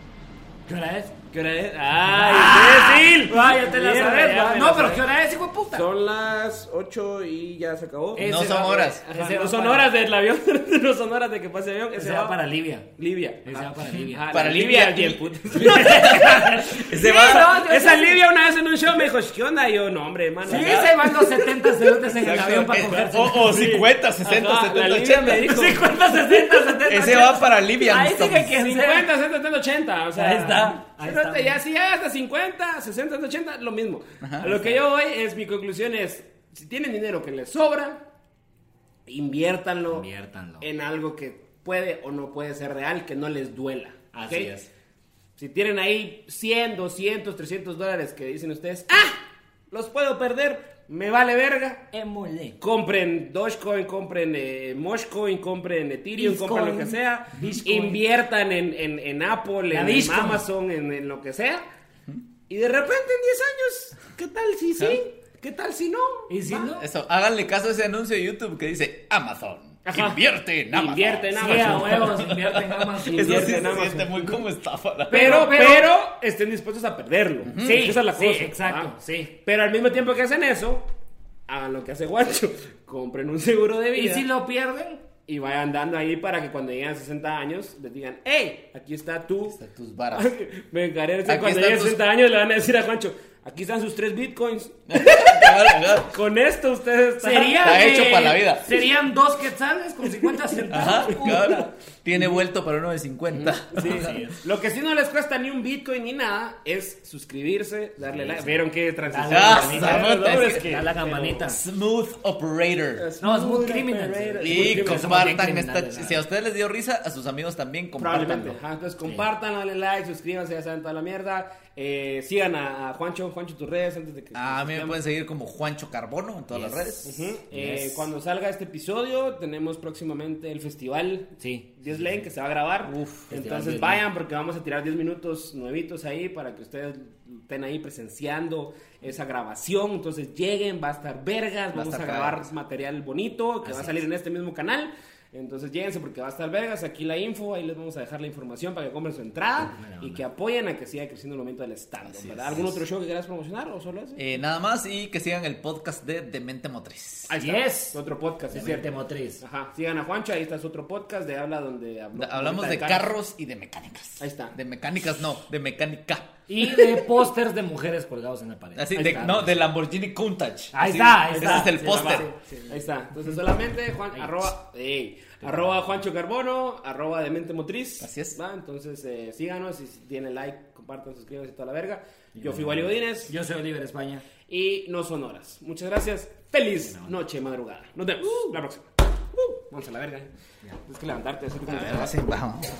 Speaker 2: ¿Qué hora es?
Speaker 1: ¿Qué hora es? ¡Ay, imbécil!
Speaker 2: ¡Ay, ya te la
Speaker 1: Mierda,
Speaker 2: sabes!
Speaker 1: ya
Speaker 2: va.
Speaker 1: me
Speaker 2: No,
Speaker 1: la
Speaker 2: pero
Speaker 1: sabes.
Speaker 2: ¿qué hora es, hijo de puta?
Speaker 1: Son las 8 y ya se acabó.
Speaker 2: Ese
Speaker 3: No son
Speaker 2: va-
Speaker 3: horas.
Speaker 1: Ajá,
Speaker 2: ese
Speaker 1: no
Speaker 2: va
Speaker 1: son
Speaker 2: para-
Speaker 1: horas del avión, no son horas de que pase el avión.
Speaker 2: Ese va para Libia.
Speaker 1: Libia.
Speaker 2: Ese
Speaker 1: Ajá.
Speaker 2: va para Libia.
Speaker 1: Ajá,
Speaker 3: Para
Speaker 1: la
Speaker 3: Libia,
Speaker 1: Libia, bien,
Speaker 3: y-
Speaker 1: puta.
Speaker 3: Ese
Speaker 1: Sí,
Speaker 3: va-
Speaker 1: no, yo- esa Livia una vez en un show me dijo, ¿qué onda? Y yo, no, hombre, hermano.
Speaker 2: Sí,
Speaker 1: ya".
Speaker 2: se van los 70 cerotes en el
Speaker 3: Exacto.
Speaker 2: avión para cogerse.
Speaker 3: O, o 50, 60,
Speaker 1: Ajá, la
Speaker 3: 70,
Speaker 1: Livia
Speaker 3: 80.
Speaker 1: me dijo,
Speaker 2: 50, 60, 70.
Speaker 3: Ese va para Libia.
Speaker 2: Ahí sigue que
Speaker 1: 50, 60, 70, 80. O sea,
Speaker 2: Ahí está, ahí
Speaker 1: Cerote,
Speaker 2: está.
Speaker 1: ya si ya hasta 50, 60, 80, lo mismo. A lo que yo voy es, mi conclusión es, si tienen dinero que les sobra, inviértanlo,
Speaker 2: Inviértanlo.
Speaker 1: en algo que puede o no puede ser real, que no les duela. ¿ok?
Speaker 2: Así es.
Speaker 1: Si tienen ahí 100, 200, 300 dólares que dicen ustedes, ¡ah! Los puedo perder, me vale verga.
Speaker 2: Emole.
Speaker 1: Compren Dogecoin, compren eh, Moshcoin, compren Ethereum,
Speaker 2: Bitcoin,
Speaker 1: compren lo que sea.
Speaker 2: Bitcoin.
Speaker 1: Inviertan en, en, en Apple,
Speaker 2: La
Speaker 1: en
Speaker 2: Bitcoin.
Speaker 1: Amazon, en, en lo que sea. Y de repente en 10 años, ¿qué tal si sí? ¿Qué tal si no?
Speaker 2: ¿Y si
Speaker 1: Va.
Speaker 2: no?
Speaker 3: Eso, háganle caso a ese anuncio de YouTube que dice Amazon.
Speaker 1: Ajá.
Speaker 3: Invierte en Amazon.
Speaker 1: Invierte en
Speaker 2: Sí, a
Speaker 1: Amazon.
Speaker 2: huevos, invierte en Amazon.
Speaker 3: Eso
Speaker 1: Invierte
Speaker 3: sí
Speaker 1: en
Speaker 3: se
Speaker 1: Amazon.
Speaker 3: siente muy como estafa. la-
Speaker 1: Pero,
Speaker 2: Pero-
Speaker 1: pero, estén dispuestos a perderlo.
Speaker 2: Sí,
Speaker 1: esa es la
Speaker 2: sí,
Speaker 1: cosa. Ah.
Speaker 2: exacto,
Speaker 1: ¿va?
Speaker 2: sí.
Speaker 1: Pero al mismo tiempo que hacen eso, hagan lo que hace Guacho. Compren un seguro de
Speaker 2: ¿Y
Speaker 1: vida.
Speaker 2: si lo pierden?
Speaker 1: Y vayan andando ahí para que cuando lleguen a 60 años les digan, hey, aquí está tú.
Speaker 3: Hasta tus varas.
Speaker 1: Me encaré
Speaker 3: Aquí
Speaker 1: cuando
Speaker 3: están
Speaker 1: lleguen a
Speaker 3: tus-
Speaker 1: 60 años le van a decir a Juancho, aquí están sus tres bitcoins. Con esto ustedes están...
Speaker 2: Sería
Speaker 3: Está hecho
Speaker 2: de-
Speaker 3: para la vida.
Speaker 2: Serían dos quetzales con 50
Speaker 3: Ajá,
Speaker 2: centavos.
Speaker 3: claro. Tiene vuelto para uno de 50.
Speaker 1: Sí, Lo que sí no les cuesta ni un bitcoin ni nada es suscribirse, darle like. ¿Vieron qué transición?
Speaker 3: Ah,
Speaker 1: Bonita.
Speaker 3: sabrote,
Speaker 1: No, hombre,
Speaker 3: es
Speaker 1: es que-
Speaker 2: Da la campanita.
Speaker 3: Smooth Operator.
Speaker 1: Es
Speaker 2: No, es muy
Speaker 1: muy
Speaker 2: criminal.
Speaker 1: perverso.
Speaker 2: Muy
Speaker 3: Y
Speaker 2: criminal. Somos
Speaker 3: compartan
Speaker 2: bien
Speaker 3: esta.
Speaker 2: criminales,
Speaker 3: Si
Speaker 2: ¿verdad?
Speaker 3: a ustedes les dio risa, a sus amigos también
Speaker 1: Probablemente.
Speaker 3: compartan.
Speaker 1: Ajá, entonces compartan, dale like, suscríbanse, ya saben toda la mierda. Eh, sigan a, a Juancho, Juancho tus redes antes de que.
Speaker 3: A mí me pueden seguir como Juancho Carbono en todas las redes.
Speaker 1: Ujú. Eh, Cuando salga este episodio, tenemos próximamente el festival
Speaker 2: Sí.
Speaker 1: 10 Lane que se va a grabar. Entonces
Speaker 2: Diez
Speaker 1: vayan porque vamos a tirar 10 minutos nuevitos ahí para que ustedes estén ahí presenciando esa grabación. Entonces lleguen, va a estar vergas, vamos a,
Speaker 3: estar
Speaker 1: grabar
Speaker 3: vergas.
Speaker 1: material bonito que va a
Speaker 2: Así
Speaker 1: salir en este mismo canal. Entonces lléguense porque va a estar vergas, aquí la info, ahí les vamos a dejar la información para que compren su entrada
Speaker 2: Buena
Speaker 1: y
Speaker 2: onda.
Speaker 1: que apoyen a que siga creciendo el momento del stand.
Speaker 3: Así
Speaker 1: ¿verdad?
Speaker 3: es.
Speaker 1: ¿Algún otro show que quieras promocionar o solo ese?
Speaker 3: Eh, nada más y que sigan el podcast de Demente Motriz.
Speaker 1: Ahí está,
Speaker 2: Yes.
Speaker 1: Otro podcast, es
Speaker 2: Demente
Speaker 1: cierto.
Speaker 2: motriz.
Speaker 1: Ajá, sigan a Juancho, ahí está su otro podcast de habla donde habló-
Speaker 3: Hablamos de carros y de mecánicas.
Speaker 1: Ahí está.
Speaker 3: De mecánicas no, de mecánica.
Speaker 2: Y de pósters de mujeres colgados en la pared.
Speaker 3: Así,
Speaker 2: Ahí
Speaker 3: de,
Speaker 2: está. pues.
Speaker 3: no, de Lamborghini Countach.
Speaker 2: Ahí
Speaker 3: Así,
Speaker 2: está, ahí está.
Speaker 3: Ese es el
Speaker 2: Sí,
Speaker 3: póster.
Speaker 1: Ahí está. Entonces solamente Juan, arroba, ey, arroba Juancho Carbono, arroba Demente Motriz.
Speaker 3: Así es.
Speaker 1: ¿va? Entonces eh, síganos y si tienen like, compartan, suscríbanse y toda la verga. Yo fui Wally Godínez
Speaker 2: Yo soy Oliver España.
Speaker 1: y no son horas. Muchas gracias. Feliz noche, madrugada. Nos vemos la próxima. Vamos a la verga. Tienes que levantarte. así que-
Speaker 3: A ver, así, vamos.